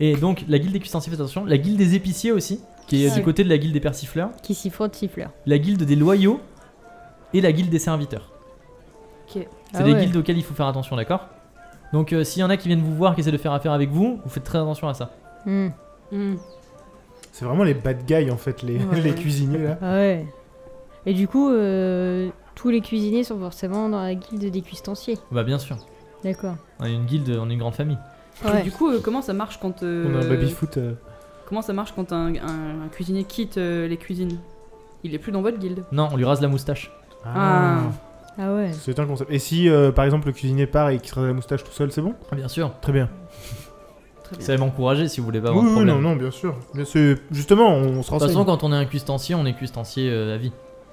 Et donc la guilde des cuistanciers, faites attention. La guilde des épiciers aussi, qui est Ouais. du côté de la guilde des persifleurs. qui s'y frotte, siffleur. La guilde des loyaux et la guilde des serviteurs. Ok. C'est Ah des ouais. guildes auxquelles il faut faire attention, d'accord Donc euh, s'il y en a qui viennent vous voir, qui essaient de faire affaire avec vous, vous faites très attention à ça. Hmm. Hmm. C'est vraiment les bad guys en fait, les, Ouais. les cuisiniers là. Ah ouais. Et du coup, euh, tous les cuisiniers sont forcément dans la guilde des cuistanciers. Bah bien sûr, D'accord. on est une guilde, on est une grande famille. Et Du coup, euh, comment ça marche quand euh, On a un baby-foot. euh, comment ça marche quand un, un- un cuisinier quitte euh, les cuisines Il est plus dans votre guilde. Non, on lui rase la moustache. Ah. Ah ouais. C'est un concept. Et si euh, par exemple le cuisinier part et qu'il se rase la moustache tout seul, c'est bon Ah, Bien sûr, Très bien. Très bien. ça va m'encourager si vous voulez pas oui, avoir de oui, problème. non, non, bien sûr. Bien sûr. Justement, on, on se De toute renseigne. façon, quand on est un cuistancier, on est cuistancier euh, à vie.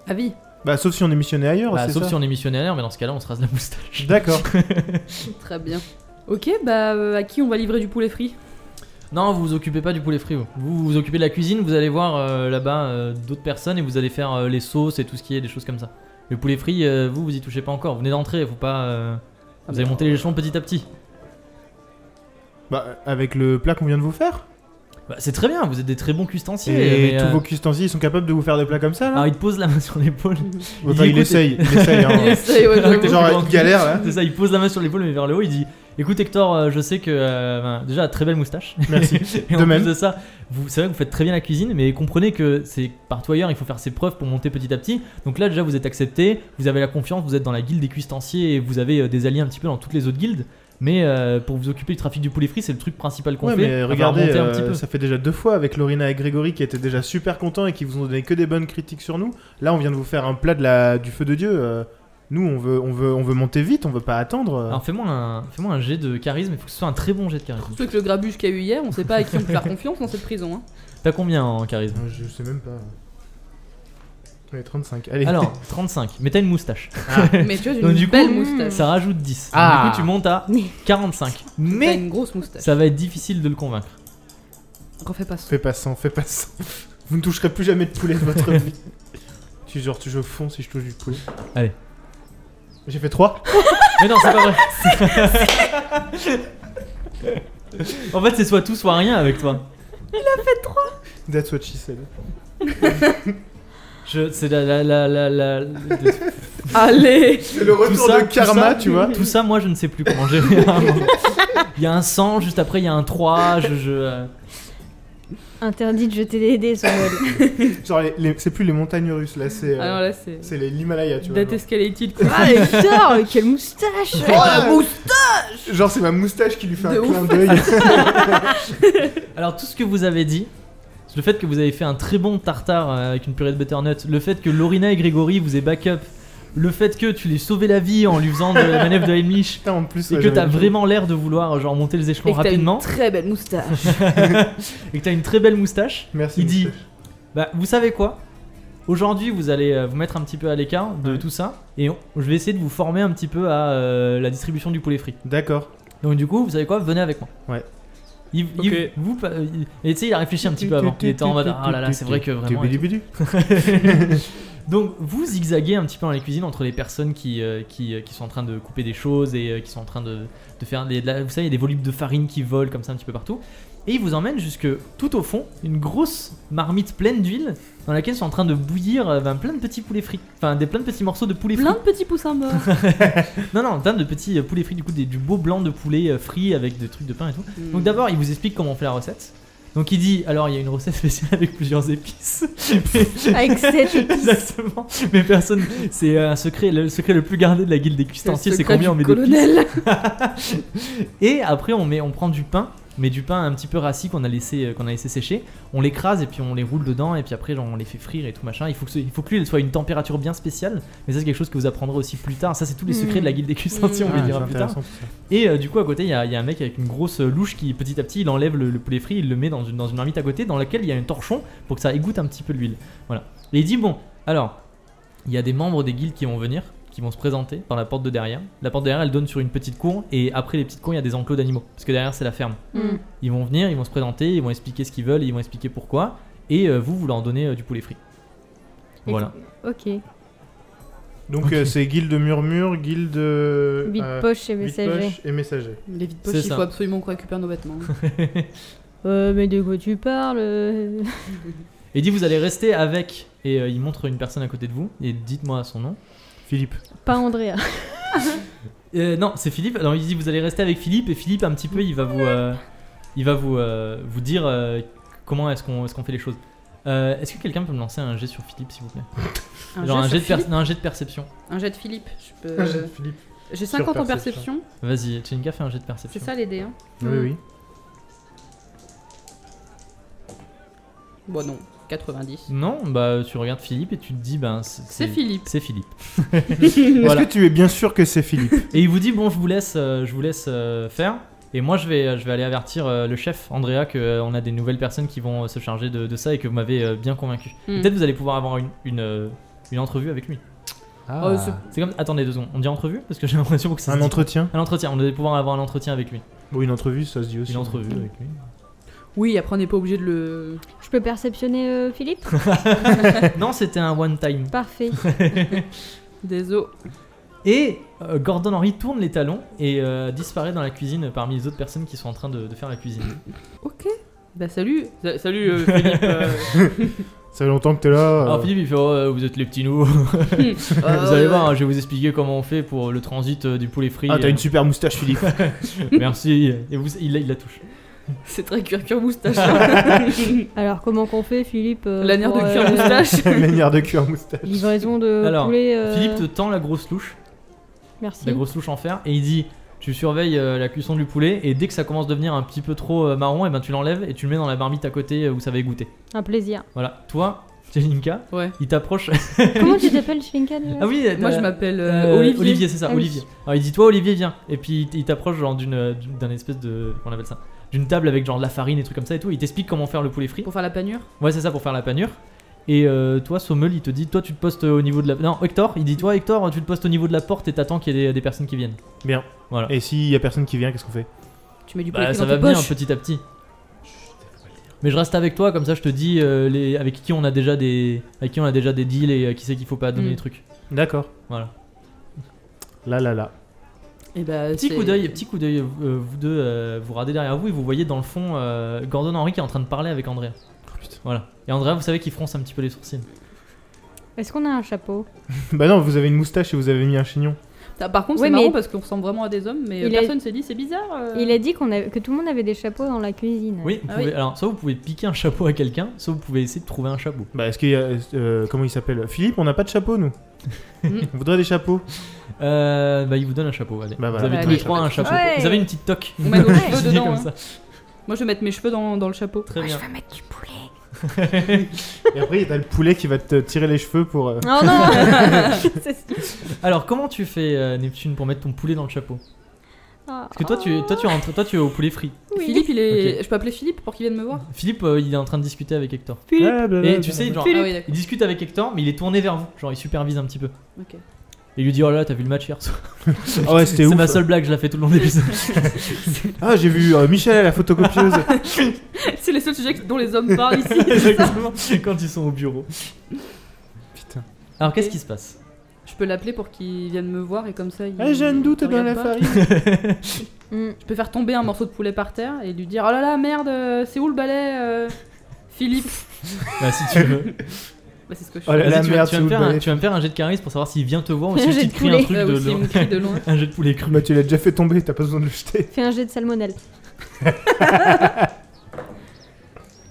Ah oui. Bah, sauf si on est missionné ailleurs, Bah, c'est sauf ça si on est missionnaire, mais dans ce cas-là, on se rase la moustache. D'accord. Très bien. Ok, bah euh, à qui on va livrer du poulet frit Non, vous vous occupez pas du poulet frit. Vous vous, vous occupez de la cuisine, vous allez voir euh, là-bas euh, d'autres personnes et vous allez faire euh, les sauces et tout ce qui est des choses comme ça. Le poulet frit, euh, vous, vous y touchez pas encore. Vous venez d'entrer, faut pas. euh, Ah vous allez bah, monter les échelons petit à petit. Bah, avec le plat qu'on vient de vous faire Bah, c'est très bien, vous êtes des très bons cuistanciers. Et mais, tous euh, Ah, vos ustensiles, ils sont capables de vous faire des plats comme ça là Alors, il te pose la main sur l'épaule. Enfin, dit, il écoutez- essaye, il essaye. hein. Il essaye, ouais, Alors j'avoue. que t'es Genre, plus il grand que lui. galère, là. C'est ça, il pose la main sur l'épaule, mais vers le haut, il dit Écoute, Hector, euh, je sais que. euh, ben, déjà, très belle moustache. Merci. Et De en même. plus de ça, vous savez que vous faites très bien la cuisine, mais comprenez que c'est partout ailleurs, il faut faire ses preuves pour monter petit à petit. Donc là, déjà, vous êtes accepté, vous avez la confiance, vous êtes dans la guilde des cuistanciers et vous avez euh, des alliés un petit peu dans toutes les autres guildes. Mais euh, pour vous occuper du trafic du poulet frit, c'est le truc principal qu'on Ouais, fait. mais à faire regardez, monter un euh, petit peu. ça fait déjà deux fois avec Lorina et Grégory qui étaient déjà super contents et qui vous ont donné que des bonnes critiques sur nous. Là, on vient de vous faire un plat de la... du feu de Dieu. euh, Nous, on veut, on, veut, on veut monter vite, on veut pas attendre. Alors fais-moi un, fais-moi un jet de charisme, il faut que ce soit un très bon jet de charisme. Surtout avec le grabuge qu'il y a eu hier, on sait pas à qui on peut faire confiance dans cette prison. hein. T'as combien en charisme Euh, Je sais même pas. Ouais, 35. Allez. Alors, 35, mais t'as une moustache. Mais tu vois, j'ai Donc, une du coup, belle moustache. Euh, Ça rajoute 10. Ah. Du coup, tu montes à 45. T'as Mais une grosse moustache. ça va être difficile de le convaincre. Refais pas ça. Fais pas ça, fais pas ça. Vous ne toucherez plus jamais de poulet de votre vie. Tu genre, tu joues au fond si je touche du poulet. Allez. J'ai fait 3. Mais non, c'est pas vrai. en fait, c'est soit tout, soit rien avec toi. That's what she said. Je, c'est la, la, la, la, la- de- Allez C'est le tout retour de ça, tout karma, ça- tu vois. Tout ça, moi, je ne sais plus comment gérer. à un moment. Il y a un 100, juste après, il y a un 3. Je, je, euh, Interdit de jeter des dés sur Noël. Genre, les- les- c'est plus les montagnes russes, là, c'est euh, Ah non, là, c'est. c'est les- l'Himalaya, tu vois. Date genre. escalated. Ah, Hector, quelle moustache Oh la mousse Genre, c'est ma moustache qui lui fait De un ouf. clin d'œil. Alors tout ce que vous avez dit, le fait que vous avez fait un très bon tartare euh, avec une purée de butternut, le fait que Lorina et Grégory vous aient backup, le fait que tu les sauvé la vie en lui faisant de la manœuvre de Heimlich, Putain, en plus, et ouais, que j'en ai t'as plus. vraiment l'air de vouloir euh, genre monter les Et échelons que t'as une rapidement, très belle moustache. et que t'as une très belle moustache, Merci. il dit- moustache. bah vous savez quoi Aujourd'hui, vous allez euh, vous mettre un petit peu à l'écart de Ouais. tout ça, et on- je vais essayer de vous former un petit peu à euh, la distribution du poulet frit. D'accord. Donc du coup, vous savez quoi Venez avec moi. Ouais. Yves, Ok. Yves, vous, pa- euh, et tu sais, il a réfléchi un petit peu avant. Il était en mode ah là là, c'est vrai que vraiment. et tout. Bidu-bidu. Donc vous zigzaguez un petit peu dans les cuisines entre les personnes qui, euh, qui, euh, qui sont en train de couper des choses et euh, qui sont en train de, de faire des, de la- vous savez, il y a des volumes de farine qui volent comme ça un petit peu partout. Et ils vous emmènent jusque tout au fond, une grosse marmite pleine d'huile dans laquelle sont en train de bouillir euh, ben, plein de petits poulets frits. Enfin, des plein de petits morceaux de poulets frits. Plein de petits poussins morts. Non, non, plein de petits euh, poulets frits, du coup, des- du beau blanc de poulet euh, frit avec des trucs de pain et tout. Donc Hmm. d'abord, il vous explique comment on fait la recette. Donc il dit, alors il y a une recette spéciale avec plusieurs épices. Mais- Avec cette Exactement. Mais personne, c'est euh, un secret, le secret le plus gardé de la guilde des cuistanciers, c'est combien on met d'épices. colonel. Et après, on met, on prend du pain, mais du pain un petit peu rassis qu'on a laissé, euh, qu'on a laissé sécher. On l'écrase et puis on les roule dedans et puis après, genre, on les fait frire et tout machin. Il faut que, ce- il faut que l'huile soit à une température bien spéciale. Mais ça, c'est quelque chose que vous apprendrez aussi plus tard. Ça, c'est tous les secrets de la guilde des cuistanciers, on Ah, les c'est dira plus tard. intéressant, tout ça. Et euh, du coup, à côté, il y, a il y a un mec avec une grosse euh, louche qui, petit à petit, il enlève le, le poulet frit, il le met dans une, dans une marmite à côté, dans laquelle il y a un torchon pour que ça égoutte un petit peu l'huile. Voilà. Et il dit Bon, alors, il y a des membres des guildes qui vont venir, qui vont se présenter par la porte de derrière. La porte de derrière, elle donne sur une petite cour, et après les petites cours, il y a des enclos d'animaux, parce que derrière, c'est la ferme. Hmm. Mm. Ils vont venir, ils vont se présenter, ils vont expliquer ce qu'ils veulent, ils vont expliquer pourquoi, et euh, vous, vous leur donnez euh, du poulet frit. Voilà. Ok. Donc, euh, c'est guilde murmure, guilde. euh, Big euh, poche et Big messager. Poche et messager. Les vides C'est poches, il ça. faut absolument qu'on récupère nos vêtements. Euh, mais de quoi tu parles euh Et il dit Vous allez rester avec, et euh, il montre une personne à côté de vous, et dites-moi son nom. Philippe. Pas Andrea. Euh, non, c'est Philippe. Alors il dit vous allez rester avec Philippe et Philippe un petit peu il va vous euh, il va vous euh, vous dire euh, comment est-ce qu'on est-ce qu'on fait les choses. Euh, est-ce que quelqu'un peut me lancer un jet sur Philippe s'il vous plaît Un Genre un jet sur jet, de per- Philippe. non, un jet de perception. Un jet de Philippe. Je peux- Philippe. J'ai 50 en perception. perception. Vas-y, Tchenga fait un jet de perception. C'est ça les dés. Hein. Oui, oui. Bon, non, 90. Non, bah tu regardes Philippe et tu te dis ben c'est C'est c'est- Philippe. C'est Philippe. Est-ce Voilà. que tu es bien sûr que c'est Philippe Et il vous dit bon je vous laisse euh, je vous laisse euh, faire et moi je vais je vais aller avertir euh, le chef Andrea que euh, on a des nouvelles personnes qui vont euh, se charger de, de ça et que vous m'avez euh, bien convaincu. Hmm. Peut-être vous allez pouvoir avoir une une, euh, une entrevue avec lui. Oh, c'est- C'est comme. Attendez deux secondes, on dit entrevue Parce que j'ai l'impression que Ah. c'est. Un entretien Un entretien, on devait pouvoir avoir un entretien avec lui. Bon, une entrevue, ça se dit aussi. Une entrevue avec lui. Oui, après on n'est pas obligé de le. Je peux perceptionner euh, Philippe Non, c'était un one time. Parfait. Des os. Et euh, Gordon Henry tourne les talons et euh, disparaît dans la cuisine parmi les autres personnes qui sont en train de, de faire la cuisine. Ok. Bah salut. Sa- Salut euh, Philippe. euh. Ça fait longtemps que t'es là. Alors euh, Philippe, il fait Oh, euh, Vous êtes les petits nous. vous Ah Euh, allez voir, hein, je vais vous expliquer comment on fait pour le transit euh, du poulet frit. Ah, t'as Euh, une super moustache, Philippe. Merci. Et vous, il, la- il la touche. C'est très cuir-cuir moustache. Alors, comment qu'on fait, Philippe euh, Lanière pour, de euh, cuir moustache. Manière de cuir moustache. Livraison de Alors, poulet. euh, Philippe te tend la grosse louche, Merci. la grosse louche en fer, et il dit Tu surveilles euh, la cuisson du poulet, et dès que ça commence à devenir un petit peu trop euh, marron, et ben, tu l'enlèves et tu le mets dans la marmite à côté euh, où ça va égoutter. Un plaisir. Voilà. Toi, Jelinka, Ouais. il t'approche. comment tu t'appelles, Shlinka déjà ah oui, Moi je t'as- m'appelle euh, Euh, Olivier. c'est ça, Ah oui. Olivier. Alors il dit toi Olivier viens et puis il t'approche genre d'une d'une- d'un espèce de qu'on appelle ça d'une table avec genre de la farine et trucs comme ça et tout. Il t'explique comment faire le poulet frit. Pour faire la panure. Ouais c'est ça pour faire la panure. Et euh, toi Sommel il te dit toi tu te postes au niveau de la non Hector il dit toi Hector tu te postes au niveau de la porte et t'attends qu'il y ait des, des personnes qui viennent. Bien. Voilà. Et s'il y a personne qui vient, qu'est-ce qu'on fait Tu mets du poulet Bah, frit ça dans va tes venir poches. petit à petit. Mais je reste avec toi comme ça je te dis euh, les avec qui on a déjà des avec qui on a déjà des deals et euh, qui c'est qu'il faut pas donner Mm. des trucs. D'accord. Voilà. Là, là, là. Et bah, Petit c'est- coup d'œil, petit coup d'œil, euh, vous deux, euh, vous regardez derrière vous et vous voyez dans le fond euh, Gordon Henry qui est en train de parler avec Andrea. Oh, Voilà. Et Andrea, vous savez qu'il fronce un petit peu les sourcils. Est-ce qu'on a un chapeau Bah non, vous avez une moustache et vous avez mis un chignon. Ah, Par contre, Ouais, c'est marrant mais- parce qu'on ressemble vraiment à des hommes, mais euh, Il a- personne s'est dit c'est bizarre. euh. Il a dit qu'on a... que tout le monde avait des chapeaux dans la cuisine. Oui, vous Ah pouvez- oui. alors soit vous pouvez piquer un chapeau à quelqu'un, soit vous pouvez essayer de trouver un chapeau. Bah est-ce qu'il y a... euh, comment il s'appelle Philippe, on n'a pas de chapeau, nous. Mm. on voudrait des chapeaux. Euh, bah, il vous donne un chapeau. Allez. Bah vous voilà, avez allez, tous les allez. trois un chapeau. Ouais. Vous avez une petite toque. On met nos Je cheveux dis dedans, comme hein. ça. Moi je vais mettre mes cheveux dans, dans le chapeau. Très Moi, je bien. vais mettre du poulet. hein. Et après, t'as le poulet qui va te tirer les cheveux pour... euh, Oh non C'est- Alors, comment tu fais euh, Neptune pour mettre ton poulet dans le chapeau Ah. Parce que toi, tu, toi, tu rentres, toi, tu es au poulet frit. Oui. Philippe, il est. Je peux appeler Philippe pour qu'il vienne me voir Philippe, euh, il est en train de discuter avec Hector. Philippe. blablabla. Et tu sais, genre, Ah oui, il d'accord. discute avec Hector, mais il est tourné vers vous. Genre, il supervise un petit peu. Ok. Et il lui dit Oh là, t'as vu le match hier soir Ah ouais, c'était C'est ouf. ma seule blague, je la fais tout le long de l'épisode. Ah, j'ai vu euh, Michel à la photocopieuse. c'est les seuls sujets dont les hommes parlent ici. Exactement, quand ils sont au bureau. Putain. Alors qu'est-ce qui se passe Je peux l'appeler pour qu'il vienne me voir et comme ça. Il... Eh, Ah, j'ai un doute il dans regarde la pas. farine. Mm. Je peux faire tomber un morceau de poulet par terre et lui dire Oh là là, merde, euh, c'est où le balai euh, Philippe Bah si tu veux. Bah, c'est ce que je Oh fais. là là, Vas-y, tu, vas- merde, tu vas c'est où me le faire un, balai tu vas me faire un jet de charisme pour savoir s'il vient te voir ou Un si jet tu de te cries un poulet. truc Ouais, de ou Ah s'il loin. me crie de loin. Un jet de poulet cru. Bah tu l'as déjà fait tomber, t'as pas besoin de le jeter. Fais un jet de salmonelle.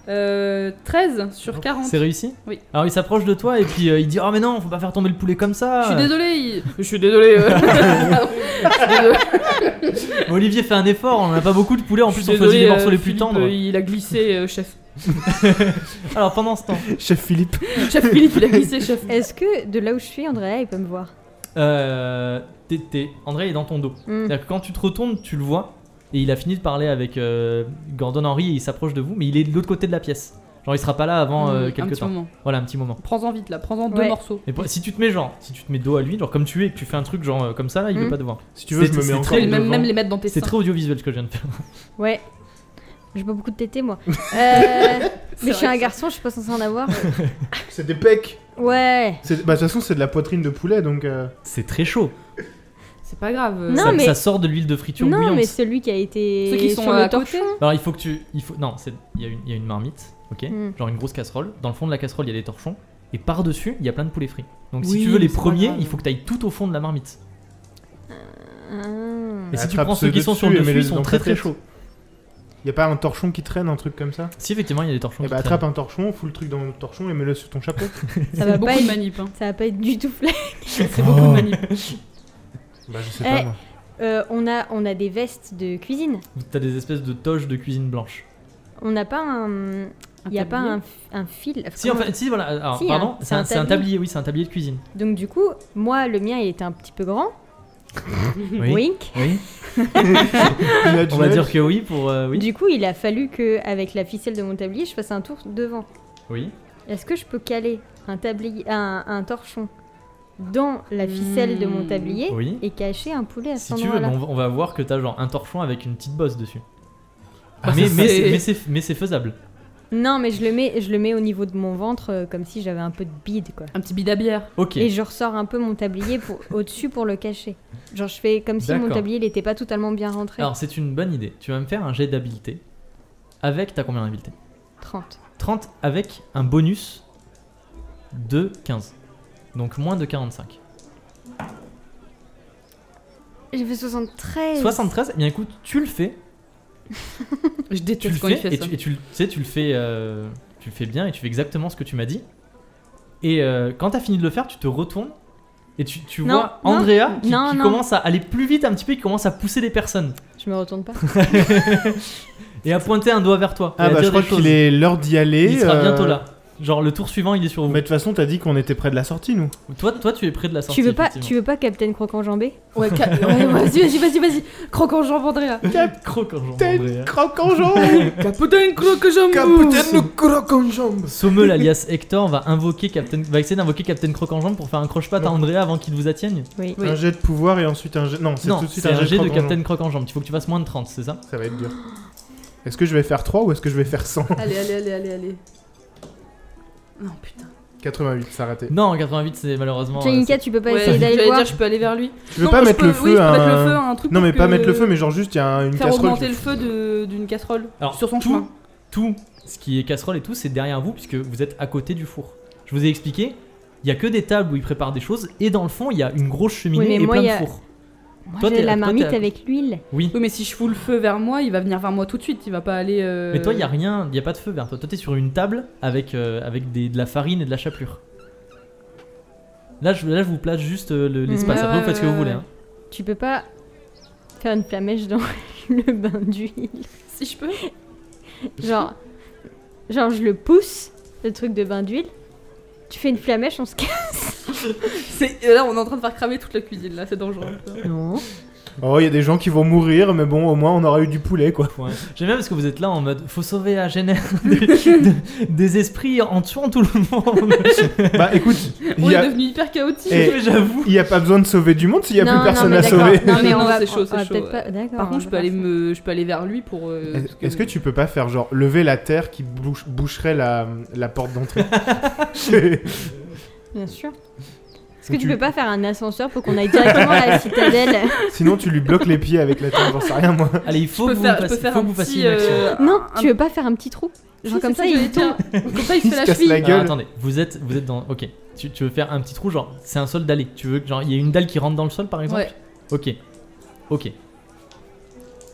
Euh, 13 sur 40. C'est réussi Oui. Alors il s'approche de toi et puis euh, il dit Ah mais non, faut pas faire tomber le poulet comme ça. Je suis désolé. il- Je suis désolé. euh. Pardon. Je suis désolé. Mais Olivier fait un effort, on en a pas beaucoup de poulet, en Je plus suis on choisit les désolé, morceaux euh, les plus Philippe, tendres. euh, Il a glissé, euh, chef. Alors pendant ce temps, Chef Philippe. Chef Philippe, il a glissé, chef. Est-ce que de là où je suis, Andrea, il peut me voir euh, t'es- t'es- André est dans ton dos. Mm. C'est-à-dire que quand tu te retournes, tu le vois, et il a fini de parler avec euh, Gordon Henry et il s'approche de vous, mais il est de l'autre côté de la pièce. Genre il sera pas là avant euh, Mmh, un quelques petit temps. moment. Voilà, un petit moment. Prends-en vite là, prends-en deux Ouais. morceaux. Mais pour- si tu te mets genre, si tu te mets dos à lui, genre comme tu es, et que tu fais un truc genre euh, comme ça là, il Mmh. veut Mm. pas te voir. Si tu veux, je C'est- me c'est mets encore très- Et même, devant. même les mettre dans tes C'est seins. très audiovisuel ce que je viens de faire. Ouais. J'ai pas beaucoup de tétés, moi. Euh, mais je suis vrai un que- garçon, je suis pas censée en avoir. C'est des pecs. Ouais. C'est- Bah de toute façon, c'est de la poitrine de poulet, donc... euh, C'est très chaud. C'est pas grave. euh, Non, ça, mais- ça sort de l'huile de friture non, bouillante. mais celui qui a été. Ceux qui sont sur à le côté. torchon. Alors il faut que tu, il faut, non, c'est- il y, a une- il y a une marmite, ok, Mm. Mmh. genre une grosse casserole. Dans le fond de la casserole, il y a des torchons et par dessus, il y a plein de poulets frits. Donc si Oui, tu veux les mais c'est pas premiers, grave. il faut que tu ailles tout au fond de la marmite. Ah. Et si tu Attrape prends ceux ceux qui sont sur dessus le et dessus, mets-les ils sont dans très ta très tête. chauds. Y a pas un torchon qui traîne, un truc comme ça Si effectivement, il y a des torchons. Eh qui bah traînent. attrape un torchon, fous le truc dans le torchon et mets-le sur ton chapeau. Ça C'est va beaucoup pas de être- manip. hein. Ça va pas être du tout flash. C'est beaucoup de manip. bah je sais Eh. pas moi. Euh, on, a, on a des vestes de cuisine. T'as des espèces de toches de cuisine blanche. On n'a pas un. Il n'y a pas un, un fil. Enfin, Si, comment- enfin, si, voilà. Alors, Si, pardon, hein, c'est un, c'est un tablier, oui, c'est un tablier de cuisine. Donc, du coup, moi, le mien, il était un petit peu grand. Wink. Oui. Peanut On va Jones, dire que oui pour euh, oui. Du coup, il a fallu que, avec la ficelle de mon tablier, je fasse un tour devant. Oui. Est-ce que je peux caler un, tablier, un, un torchon dans la ficelle de mon Mmh. tablier Oui. et cacher un poulet à Si cet tu veux, endroit-là mais on va- on va voir que t'as genre un torchon avec une petite bosse dessus. Bah, mais, ça, c'est- mais Ah, c'est- mais c'est- mais c'est faisable. Non, mais je le mets, je le mets au niveau de mon ventre euh, comme si j'avais un peu de bide, quoi. Un petit bide à bière. Ok. Et je ressors un peu mon tablier pour, au-dessus pour le cacher. Genre, je fais comme si mon D'accord. tablier n'était pas totalement bien rentré. Alors c'est une bonne idée. Tu vas me faire un jet d'habileté. Avec, t'as combien d'habileté 30. 30 avec un bonus de 15. Donc moins de 45. J'ai fait 73. 73, eh bien écoute, tu le fais. Je Tu le déteste quand il fais fait et ça. tu, et tu le- tu sais, tu le fais, euh, tu le fais bien et tu fais exactement ce que tu m'as dit. Et euh, quand t'as fini de le faire, tu te retournes et tu, tu Non, vois non, Andrea qui, non, qui non. commence à aller plus vite un petit peu, qui commence à pousser des personnes Je me retourne pas. et à pointer un doigt vers toi. et Ah à bah je dire crois des choses. qu'il est l'heure d'y aller. Il sera euh, bientôt là. Genre le tour suivant, il est sur vous. Mais de toute façon, t'as dit qu'on était près de la sortie, nous. Toi, toi, tu es près de la sortie. tu veux pas, effectivement. tu veux pas Captain Croc enjambé Ouais, ca- ouais, vas-y, vas-y, vas-y, vas-y. Croque en jambes, Andrea. Croc en hein. jambe, Andrea. croque en jambe Capitaine croque en jambes. croque en jambe Sommel alias Hector va invoquer Captain, va essayer d'invoquer Captain Croc en jambe pour faire un croche-patte à Non. Andrea avant qu'il vous atteigne. Oui. Oui. Un jet de pouvoir et ensuite un jet. Non, c'est non, tout de suite c'est un jet de croque en Captain Croc en jambe. Il faut que tu fasses moins de 30, c'est ça jambe. Ça va être dur. Est-ce que je vais faire 3 ou est-ce que je vais faire 100 Allez, allez, allez, allez, allez. Non, putain. 88, c'est raté. Non, en 88, c'est malheureusement. euh, Janika, tu peux pas Ouais, essayer d'aller le j'allais voir dire, je peux aller vers lui. Tu veux Non, pas je mettre peux- le oui, feu je peux à mettre le un- feu à un truc Non, pour mais pas que- mettre le feu, mais genre juste, il y a un- une Faire casserole. augmenter le feu de- d'une casserole. c'est- Alors, sur son tout, chemin. Tout ce qui est casserole et tout, c'est derrière vous puisque vous êtes à côté du four. Je vous ai expliqué, il y a que des tables où ils préparent des choses et dans le fond, il y a une grosse cheminée Oui, mais et moi, plein il y a- de fours. Moi, Toi, j'ai t'es- la toi, t'es marmite à- avec l'huile. Oui. Oui, mais si je fous le feu vers moi, il va venir vers moi tout de suite. Il va pas aller. euh, Mais toi, il y a rien, il y a pas de feu vers toi. Toi, t'es sur une table avec euh, avec des, de la farine et de la chapelure. Là, je, là, je vous place juste euh, le- l'espace. Ouais, Après, ouais, vous faites ce que vous ouais, voulez. ouais. hein. Tu peux pas faire une flamèche dans le bain d'huile. Si je peux. Genre, genre, je le pousse, le truc de bain d'huile. Tu fais une flamèche, on se casse. C'est- euh, Là, on est en train de faire cramer toute la cuisine, là, c'est dangereux. Non. Oh, il y a des gens qui vont mourir, mais bon, au moins, on aura eu du poulet, quoi. Ouais. J'aime bien parce que vous êtes là en mode faut sauver à Génère des, des esprits en tuant tout le monde. bah écoute, il On y a. est devenu hyper chaotique. Eh, Mais J'avoue. Il n'y a pas besoin de sauver du monde s'il n'y a non, plus personne non, mais à d'accord. sauver. Non, mais Non, on non, va, c'est chaud, on- on c'est va chaud, peut-être ouais. pas- D'accord. Par on contre, je va peux aller faire me, je peux aller vers lui pour. euh, Est-ce parce est-ce que tu peux pas faire genre lever la terre qui bouche- boucherait la, la porte d'entrée Est-ce ça. Bien sûr. Est-ce que tu peux pas faire un ascenseur pour qu'on aille directement à la citadelle Sinon tu lui bloques les pieds avec la terre, j'en sais rien moi. Allez, il Je faut que peux vous faire, je fassiez- peux faire faut un que vous petit. fassiez une action. euh, Non, un- tu veux pas faire un petit trou Si, Genre comme c'est ça, que j'allais il tombe. dire. Comme ça, il se Il fait se la casse cheville. la Alors, gueule. Ah, attendez, vous êtes, vous êtes dans. Ok, tu, tu veux faire un petit trou, genre c'est un sol d'allée. Tu veux que genre il y ait une dalle qui rentre dans le sol par exemple Ouais. Ok, ok.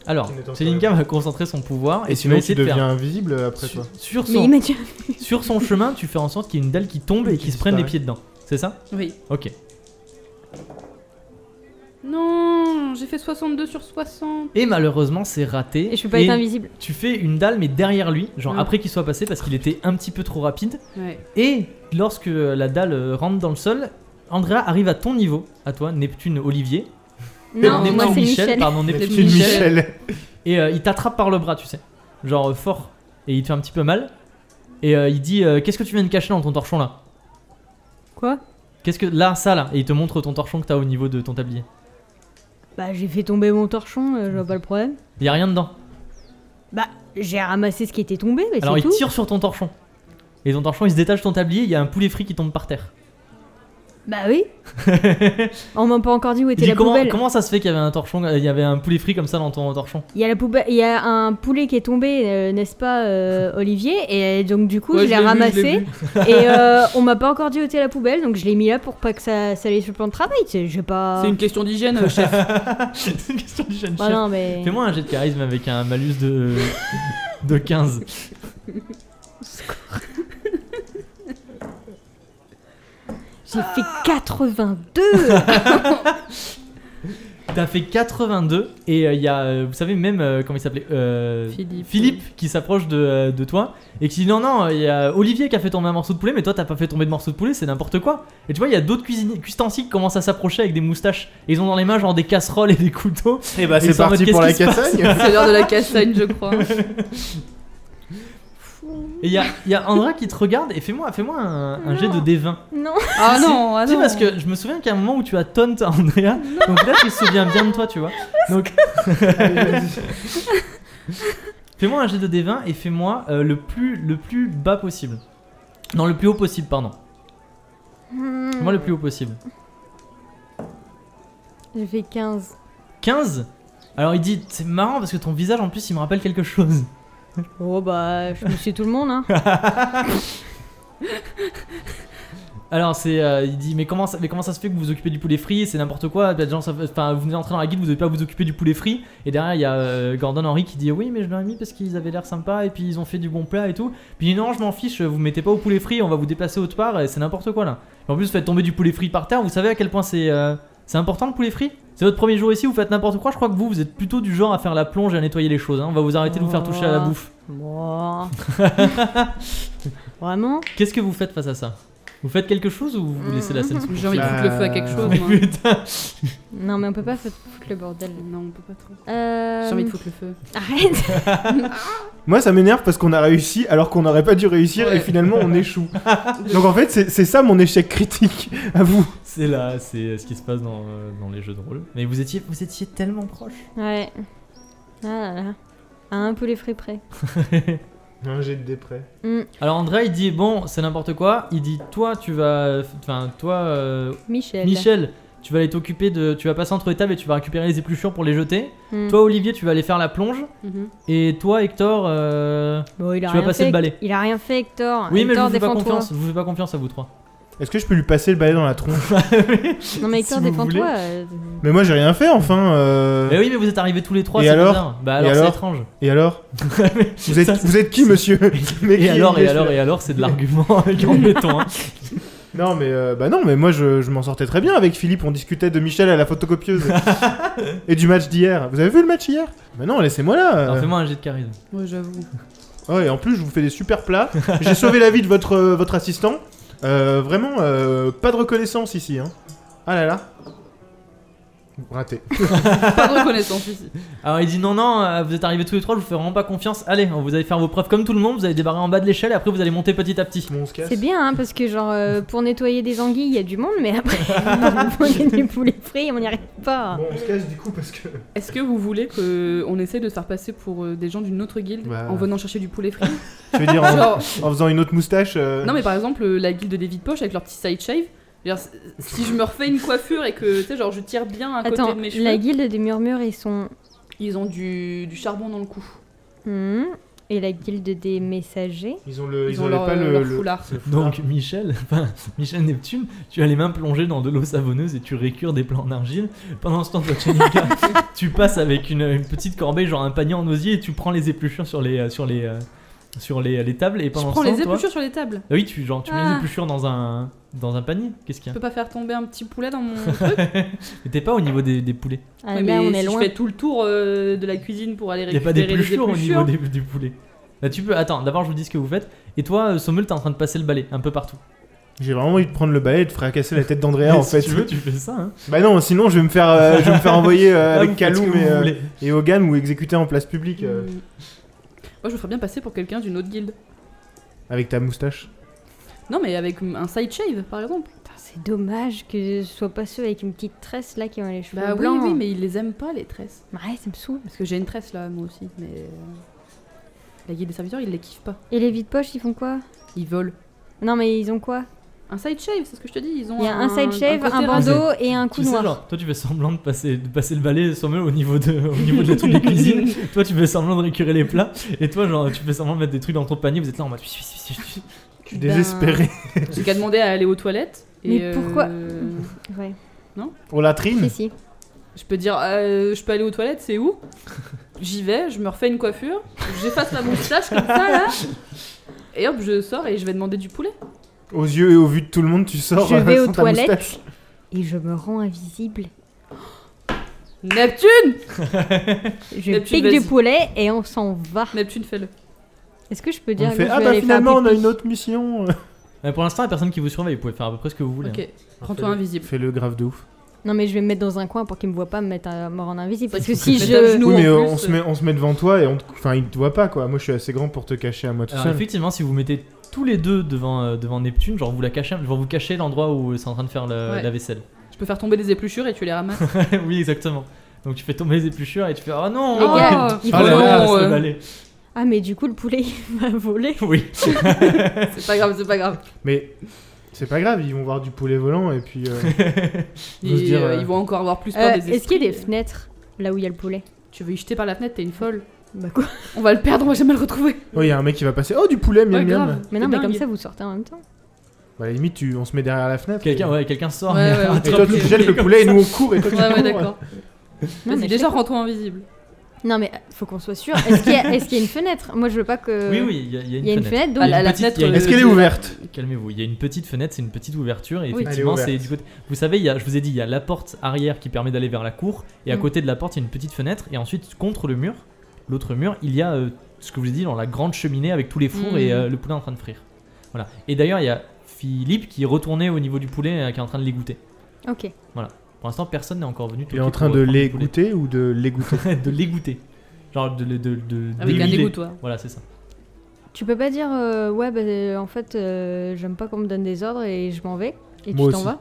Alors, Qui n'étant Selinka va concentrer son pouvoir Et et, Ah, tu vas sinon essayer tu de faire. deviens invisible après Sur, toi. sur Mais son, imagine. sur son chemin, tu fais en sorte qu'il y ait une dalle qui tombe et Qui qu'il se prenne les disparaît. pieds dedans. C'est ça Oui. Ok. Non, j'ai fait 62 sur 60. Et malheureusement, c'est raté. Et je peux pas être invisible. Tu fais une dalle, mais derrière lui, genre Ouais. après qu'il soit passé parce qu'il était un petit peu trop rapide. Ouais. Et lorsque la dalle euh, rentre dans le sol, Andrea arrive à ton niveau, à toi, Neptune Olivier. Non, Neptune moi c'est Michel, Michel. pardon, Neptune Neptune Neptune Michel. Michel. Et euh, il t'attrape par le bras, tu sais. Genre euh, fort. Et il te fait un petit peu mal. Et euh, il dit euh, Qu'est-ce que tu viens de cacher dans ton torchon là Quoi Qu'est-ce que. Là, ça là. Et il te montre ton torchon que t'as au niveau de ton tablier. Bah, j'ai fait tomber mon torchon, euh, je vois pas le problème. Y a rien dedans. Bah, j'ai ramassé ce qui était tombé, mais Alors c'est il tout. tire sur ton torchon. Et ton torchon il se détache de ton tablier, il y a un poulet frit qui tombe par terre. Bah oui. On m'a pas encore dit où Il était dit, la comment, poubelle. comment ça se fait qu'il y avait un torchon, il y avait un poulet frit comme ça dans ton torchon Il y a la poubelle, il y a un poulet qui est tombé, euh, n'est-ce pas, euh, Olivier Et donc du coup, Ouais, je l'ai l'ai vu, ramassé. l'ai vu. et euh, on m'a pas encore dit où était la poubelle, donc je l'ai mis là pour pas que ça, ça sur le plan de travail. tu sais, Je vais pas. C'est une question d'hygiène, euh, chef. C'est une question du jeune Bah chef. non, mais. Fais-moi un jet de charisme avec un malus de de 15. J'ai fait 82 T'as fait 82 et euh, il y a, euh, vous savez même euh, comment il s'appelait euh, Philippe. Philippe qui s'approche de, euh, de toi et qui dit non non il y a Olivier qui a fait tomber un morceau de poulet mais toi t'as pas fait tomber de morceau de poulet c'est n'importe quoi et tu vois il y a d'autres cuisiniers cuistanciers qui commencent à s'approcher avec des moustaches et ils ont dans les mains genre des casseroles et des couteaux Et bah Ils c'est sont en mode, parti pour la qu'est-ce qui se passe cassagne. C'est l'heure de la cassagne, je crois. et il y a, il y a Andra qui te regarde et fais-moi fais-moi un, un jet de dévin Non Ah Si, non, ah si non. parce que je me souviens qu'à un moment où tu as taunt Andrea donc là tu te souviens bien de toi tu vois donc Fais-moi un jet de D20 et fais-moi euh, le, plus, le plus bas possible. Non, le plus haut possible, pardon. Hmm. Fais-moi le plus haut possible. J'ai fait 15. 15 Alors il dit, c'est marrant parce que ton visage en plus il me rappelle quelque chose. Oh bah, je me suis tout le monde, hein. Alors c'est, euh, il dit, mais comment, ça, mais comment ça se fait que vous vous occupez du poulet frit C'est n'importe quoi. Bah, genre, ça fait- enfin, vous venez d'entrer dans la guide, vous devez pas vous occuper du poulet frit. Et derrière il y a euh, Gordon Henry qui dit, oui mais je l'ai mis parce qu'ils avaient l'air sympas et puis ils ont fait du bon plat et tout. Puis il dit, non, je m'en fiche, vous mettez pas au poulet frit, on va vous déplacer autre part. et C'est n'importe quoi là. Et en plus vous faites tomber du poulet frit par terre. Vous savez à quel point c'est, euh, c'est important le poulet frit C'est votre premier jour ici, vous faites n'importe quoi. Je crois que vous, vous êtes plutôt du genre à faire la plonge et à nettoyer les choses. hein. On va vous arrêter de vous faire toucher à la Oh. bouffe. Bon. Vraiment Qu'est-ce que vous faites face à ça Vous faites quelque chose ou vous vous laissez la scène se J'ai envie de Bah, foutre le feu à quelque chose. Mais moi. putain Non, mais on peut pas foutre foutre le bordel. Non, on peut pas trop. Euh... J'ai envie de foutre le feu. Arrête Moi, ça m'énerve parce qu'on a réussi alors qu'on n'aurait pas dû réussir et finalement on échoue. Donc en fait, c'est c'est ça mon échec critique à vous. C'est là, c'est ce qui se passe dans, euh, dans les jeux de rôle. Mais vous étiez, vous étiez tellement proche. Ouais. Ah là là. À un poulet frit près. Un jet de déprès. Hmm, Alors André, il dit bon, c'est n'importe quoi. Il dit toi, tu vas, enfin toi, euh, Michel. Michel, tu vas aller t'occuper de, tu vas passer entre les tables et tu vas récupérer les épluchures pour les jeter. Hmm. Toi, Olivier, tu vas aller faire la plonge. Mhm. Et toi, Hector, euh, Bon, il a tu vas rien passer fait, le balai. Il a rien fait, Hector. Oui, mais je Hector, vous fais pas défends-toi. confiance. Je vous fais pas confiance à vous trois. Est-ce que je peux lui passer le balai dans la tronche Non, mais Si Hector, vous défends-toi. voulez. euh, Mais moi, j'ai rien fait enfin. euh. Mais oui, mais vous êtes arrivés tous les trois. Et c'est alors bizarre. Bah Et alors, c'est alors étrange. Et alors vous Ça, êtes, c'est- vous êtes qui, monsieur Mais qui Et est alors, et monsieur alors, et alors, c'est de l'argument avec en béton. hein. Non, mais euh, bah non, mais moi je, je m'en sortais très bien avec Philippe. On discutait de Michel à la photocopieuse et du match d'hier. Vous avez vu le match hier Bah non, laissez-moi là. Alors euh. fais-moi un jet de charisme. Ouais, j'avoue. Oh, et en plus, je vous fais des super plats. J'ai sauvé la vie de votre, euh, votre assistant. Euh, vraiment, euh, pas de reconnaissance ici. Hein. Ah là là. Raté. Pas de reconnaissance ici. Alors il dit non non, euh, vous êtes arrivés tous les trois, je vous fais vraiment pas confiance. Allez, vous allez faire vos preuves comme tout le monde, vous allez débarrer en bas de l'échelle et après vous allez monter petit à petit. Bon, on se casse. C'est bien, hein, parce que genre, euh, pour nettoyer des anguilles, il y a du monde, mais après, pour nettoyer des poulets frits, on n'y arrive pas. Bon, on se casse du coup parce que. Est-ce que vous voulez qu'on essaye de se faire passer pour euh, des gens d'une autre guilde Bah. en venant chercher du poulet frit Tu veux dire en, Genre, en faisant une autre moustache euh, Non mais par exemple euh, la guilde des vides poches avec leur petit side shave. Je veux dire, c'est- si je me refais une coiffure et que tu sais genre je tire bien à Attends, côté de mes cheveux, la guilde des murmures, ils sont. ils ont du, du charbon dans le cou. Hmm, Et la guilde des messagers Ils ont le. Ils Ils, ont avaient leur, pas euh, le. leur le- foulard. le foulard. Donc Michel, enfin Michel Neptune, tu as les mains plongées dans de l'eau savonneuse et tu récures des plans d'argile. Pendant ce temps, toi Chenika, tu passes avec une, une petite corbeille, genre un panier en osier et tu prends les épluchures sur les euh, sur les euh, sur les, les tables et Je pendant prends ce temps, les toi- épluchures sur les tables. Ah oui, tu genre tu mets les Ah. épluchures dans un dans un panier. Qu'est-ce qu'il Je y a peux pas faire tomber un petit poulet dans mon truc. Mais T'es pas au niveau des, des poulets. Ah, Ouais, Là, mais on est si loin. je fais tout le tour euh, de la cuisine pour aller Il y a récupérer pas des les pluchures au niveau épluchures. des, du poulet. Là, tu peux. Attends, d'abord, je vous dis ce que vous faites. Et toi, euh, Sommel, t'es en train de passer le balai un peu partout. J'ai vraiment envie de prendre le balai et de fracasser la tête d'Andrea en si fait. tu veux, tu fais ça. Hein. Bah non, sinon je vais me faire, euh, je vais me faire envoyer euh, Là, avec vous faites ce Calou que mais, vous euh, voulez. et Hogan ou exécuter en place publique euh, Mm. Moi je me ferais bien passer pour quelqu'un d'une autre guilde. avec ta moustache. Non mais avec un side shave par exemple. Putain, C'est dommage que ce soit pas ceux avec une petite tresse là qui ont les cheveux Bah oui, blancs. oui mais ils les aiment pas les tresses. Mais arrête, ça me saoule. Parce que j'ai une tresse là, moi aussi, mais. euh, La guilde des serviteurs, ils les kiffent pas. Et les vides poches, ils font quoi Ils volent. Non, mais ils ont quoi Un side shave, c'est ce que je te dis, ils ont. Il y a un side shave, côté un rasé. bandeau et un coup Tu sais, noir. genre, toi, tu fais semblant de passer, de passer le balai, Sommel, au niveau de, au niveau de la truc de cuisine. toi, tu fais semblant de récurer les plats. Et toi, genre, tu fais semblant de mettre des trucs dans ton panier. Vous êtes là en mode. Suis, suis, suis, suis. Je suis désespéré. J'ai qu'à demander à aller aux toilettes. Mais et, euh, pourquoi Ouais, On latrine si, si. Je peux dire, euh, je peux aller aux toilettes, c'est où J'y vais, je me refais une coiffure, j'efface ma moustache comme ça là. Et hop, je sors et je vais demander du poulet. Aux yeux et au vu de tout le monde, tu sors. Je euh, vais sans aux ta toilettes. moustache. Et je me rends invisible. Neptune Je Neptune, pique du vas-y. poulet et on s'en va. Neptune, fais-le. Est-ce que je peux On dire que fait je ah vais bah aller faire finalement on a pipi une autre mission. Mais pour l'instant, la personne qui vous surveille, vous pouvez faire à peu près ce que vous voulez. hein. Ok, prends-toi invisible. Fais le grave de ouf. Non, mais je vais me mettre dans un coin pour qu'il me voit pas me mettre à me rendre invisible. Parce que si Mais t'as le je. genou oui mais en euh, plus. on se met on se met devant toi et on te- enfin il te voit pas quoi. Moi je suis assez grand pour te cacher à moi tout Alors, seul. effectivement, si vous mettez tous les deux devant, euh, devant Neptune, genre, vous la cachez, genre, vous cachez l'endroit où c'est en train de faire le- Ouais. la vaisselle. Je peux faire tomber les épluchures et tu les ramasses. oui, exactement. Donc, tu fais tomber les épluchures et tu fais. Ah non Les Oh, gars, il Ah là Ah là là, là, non, passe le euh. balai. Ah, mais du coup, le poulet, il va voler. Oui. C'est pas grave, c'est pas grave. Mais c'est pas grave, ils vont voir du poulet volant et puis. euh, Ils, Faut se dire, euh, euh, ils vont encore avoir plus Euh, peur des Est-ce qu'il y a des esprits. fenêtres là où il y a le poulet Tu veux y jeter par la fenêtre, t'es une folle. Bah quoi On va le perdre, on va jamais le retrouver. oh, il y a un mec qui va passer. Oh, du poulet, miam Ouais, miam. grave. Mais non, T'es mais comme dingue. ça, vous sortez en même temps. Bah, à la limite, tu- on se met derrière la fenêtre. Quelqu'un et... ouais, quelqu'un sort. Ouais, mais ouais, ouais. attrape et toi, tu Attraper. jettes le poulet et nous on court. Et toi, tu Ouais, ouais, cours. d'accord. Non, Vas-y, mais déjà, je sais rends-toi invisible. pas. Non, mais euh, faut qu'on soit sûr. Est-ce qu'il y, a- est-ce qu'il y a une fenêtre Moi, je veux pas que. Oui, oui, il y a- il y, Il y a une fenêtre, donc. Ah, la- la petite- fenêtre, il y a une- euh, Est-ce qu'elle est ouverte Calmez-vous, il y a une petite fenêtre, c'est une petite ouverture et Oui. effectivement Elle est c'est du côté. Vous savez, il y a, je vous ai dit, il y a la porte arrière qui permet d'aller vers la cour et à Mm. côté de la porte il y a une petite fenêtre et ensuite contre le mur, l'autre mur, il y a euh, ce que je vous ai dit dans la grande cheminée avec tous les fours Mm. et euh, le poulet en train de frire. Voilà. Et d'ailleurs il y a Philippe qui est retourné au niveau du poulet euh, qui est en train de l'égoutter. Ok. Pour l'instant personne n'est encore venu. Il est toquer en train pour de reprendre le les poulet. goûter ou de les goûter de l'égoutter. Genre de, de, de, de- Avec de un l'huiler. égouttoir. Voilà c'est ça. Tu peux pas dire euh, ouais bah euh, en fait euh, j'aime pas qu'on me donne des ordres et je m'en vais et Moi tu t'en aussi. vas.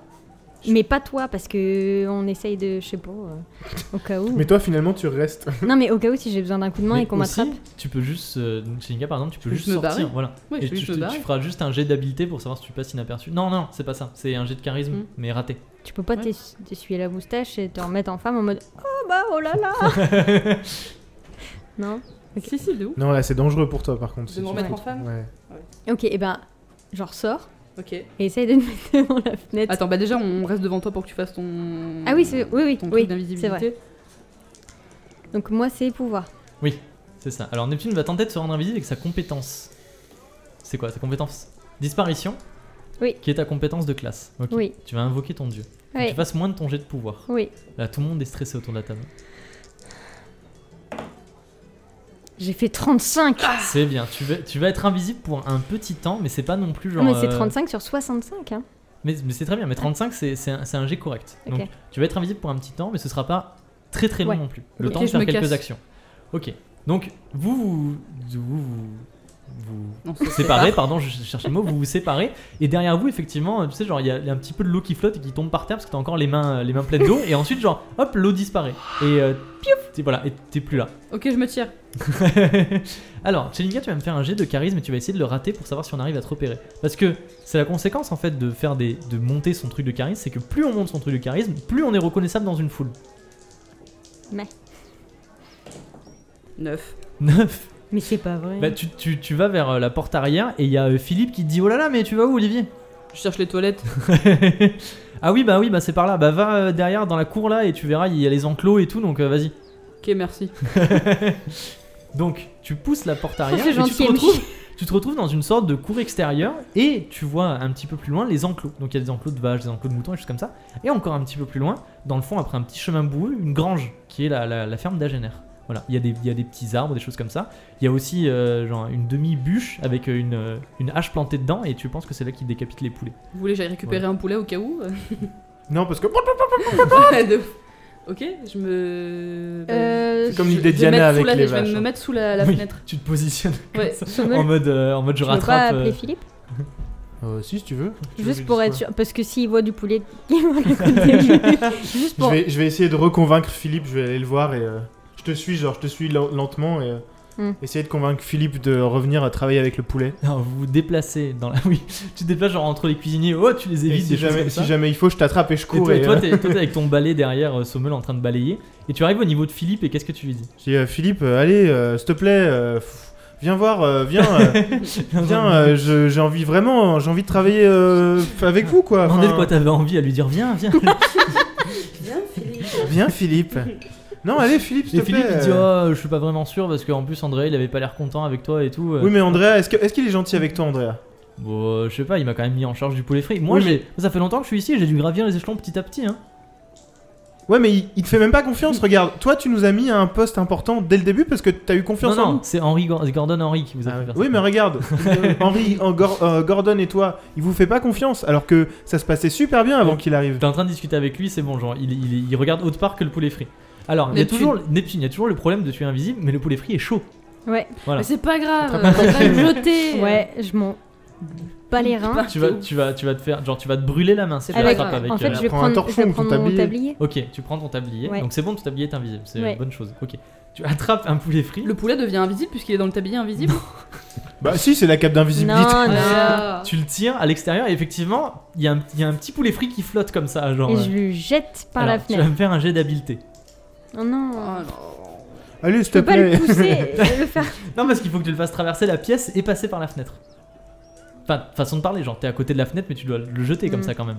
Mais pas toi parce que on essaye de je sais pas euh, au cas où. Mais toi, finalement, tu restes. Non mais au cas où si j'ai besoin d'un coup de main Mais et qu'on aussi, m'attrape. Tu peux juste, euh, donc Shinka par exemple, tu peux Je peux juste me sortir. barrer. Voilà. Oui, je Et tu, suis tu- juste tu feras juste un jet d'habileté pour savoir si tu passes inaperçu. Non, non, c'est pas ça. C'est un jet de charisme, Mm. mais raté. Tu peux pas Ouais. t'ess- t'essuyer la moustache et te remettre en femme en mode oh bah oh là là. non. Ok. Si, si, de ouf. Non, là, c'est dangereux pour toi, par contre. De me tu- remettre en femme Ouais. Ok et ben genre sors Ok. et essaye de me mettre devant la fenêtre. Attends, bah déjà, on reste devant toi pour que tu fasses ton. Ah oui c'est oui oui ton truc oui c'est vrai. d'invisibilité. Donc moi c'est pouvoir. C'est ça. Alors Neptune va tenter de se rendre invisible avec sa compétence. C'est quoi sa compétence Disparition Oui. Qui est ta compétence de classe. Ok. Oui. Tu vas invoquer ton dieu. Faut que Ouais. Tu fasses moins de ton jet de pouvoir. Oui. Là, tout le monde est stressé autour de la table. J'ai fait 35. C'est bien. Tu vas, tu vas être invisible pour un petit temps, mais c'est pas non plus genre. non mais c'est euh, 35 sur 65 hein. Mais, mais c'est très bien, mais 35 c'est c'est un, c'est un jet correct. Ok. Donc tu vas être invisible pour un petit temps, mais ce sera pas très très long Ouais. non plus. Le Ok, temps de je faire me quelques casse. actions. Ok, donc vous vous vous, vous, vous On se séparez, sépare. pardon, je cherche le mot, vous vous séparez, et derrière vous effectivement, tu sais, genre il y, a- il y a un petit peu de l'eau qui flotte et qui tombe par terre parce que t'as encore les mains, les mains pleines d'eau, et ensuite genre hop, l'eau disparaît. Et euh, t'es- voilà, et t'es plus là. Ok, je me tire. Alors, Chelinka, tu vas me faire un jet de charisme et tu vas essayer de le rater pour savoir si on arrive à te repérer. Parce que c'est la conséquence en fait de faire des, de monter son truc de charisme, c'est que plus on monte son truc de charisme, plus on est reconnaissable dans une foule. 9. 9. Mais c'est pas vrai. Bah, tu, tu- tu vas vers euh, la porte arrière et il y a euh, Philippe qui te dit Oh là là, mais tu vas où, Olivier Je cherche les toilettes. Ah oui, bah oui, bah c'est par là. Bah va euh, derrière dans la cour là et tu verras, il y a les enclos et tout, donc euh, vas-y. Ok, merci. Donc, tu pousses la porte Oh, arrière c'est et tu gentil, te Emily. retrouves tu te retrouves dans une sorte de cour extérieure et tu vois un petit peu plus loin les enclos. Donc il y a des enclos de vaches, des enclos de moutons, et choses comme ça. Et encore un petit peu plus loin, dans le fond, après un petit chemin boueux, une grange qui est la, la- la ferme d'Agener. Voilà, il y, a des, il y a des petits arbres, des choses comme ça. Il y a aussi euh, genre une demi-bûche avec euh, une, euh, une hache plantée dedans et tu penses que c'est là qu'ils décapitent les poulets. Vous voulez que j'aille récupérer un poulet au cas où Euh, Non, parce que. De ouf. Ok, je me. Euh, C'est comme Je- l'idée je de vais mettre Diana sous avec la- les Je vais vaches. hein. me mettre sous la, la Oui, fenêtre. tu te positionnes comme Ouais. ça, Sommel, en mode, euh, en mode je tu veux pas rattrape. appeler euh, Philippe Euh, si, si tu veux. Tu veux que je Juste dise pour quoi être sûr, parce que s'il voit du poulet, il voit le côté. Juste Je pour. vais, je vais essayer de reconvaincre Philippe, je vais aller le voir et euh, je te suis, genre je te suis len- lentement et euh, Hmm. essayer de convaincre Philippe de revenir à travailler avec le poulet. non, vous vous déplacez dans la. Oui, tu te déplaces genre entre les cuisiniers. Oh, tu les Et évites. si, des choses jamais, comme si ça. jamais il faut, je t'attrape et je Et cours. toi, Et, et toi, euh, t'es toi, t'es avec ton balai derrière euh, Sommel en train de balayer. Et tu arrives au niveau de Philippe et qu'est-ce que tu lui dis je dis, euh, Philippe, euh, allez, euh, s'il te plaît, euh, pff, viens voir, euh, viens, euh, viens, euh, je- j'ai envie vraiment, j'ai envie de travailler euh, avec vous quoi. Demandez de Enfin, quoi t'avais envie à lui dire viens, viens. viens Philippe. Non, allez Philippe, s'il et te plaît. Philippe il dit euh. oh, je suis pas vraiment sûr parce qu'en plus Andrea il avait pas l'air content avec toi et tout. euh. Oui, mais Andrea, est-ce que- est-ce qu'il est, gentil avec toi, Andrea Bon, euh, je sais pas, il m'a quand même mis en charge du poulet frit. Moi, Oui, j'ai- ça fait longtemps que je suis ici, j'ai dû gravir les échelons petit à petit. Hein. Ouais, mais il, il te fait même pas confiance. Regarde, toi, tu nous as mis à un poste important dès le début parce que t'as eu Non, confiance en non, nous. c'est Henri Gor- c'est Gordon Henry qui vous a Ah fait ouais. faire ça. oui, mais regarde, euh, Henri, en Gor- euh, Gordon et toi, il vous fait pas confiance alors que ça se passait super bien avant qu'il arrive. T'es en train de discuter avec lui, c'est bon, genre, il, il- il regarde autre part que le poulet frit. Alors, il y a Neptune. toujours Neptune, il y a toujours le problème de tuer invisible, mais le poulet frit est chaud. Ouais, Voilà. Mais c'est pas grave, on va le jeter. ouais, je m'en. pas les reins. Tu vas, tu, vas, tu vas te faire. Genre, tu vas te brûler la main si tu Avec- l'attrapes avec. en fait, euh, je vais prends un prendre, je vais torchon, prendre ton mon tablier. tablier. Ok, tu prends ton tablier. Ouais. Donc c'est bon, ton tablier est invisible. C'est Ouais. une bonne chose. Ok. Tu attrapes un poulet frit. Le poulet devient invisible puisqu'il est dans le tablier invisible. Bah si, c'est la cape d'invisibilité. Non, non. Ah. Tu le tires à l'extérieur et effectivement, il y, a un- il y a un petit poulet frit qui flotte comme ça. Genre, Et euh, je le jette par alors, la tu vas fenêtre. me faire un jet d'habileté. Oh non. Ah, Allez, s'il Je te peux pas le plaît. pousser, euh, le faire. Non, parce qu'il faut que tu le fasses traverser la pièce et passer par la fenêtre. Enfin, façon de parler, genre t'es à côté de la fenêtre, mais tu dois le jeter comme Mm. ça quand même.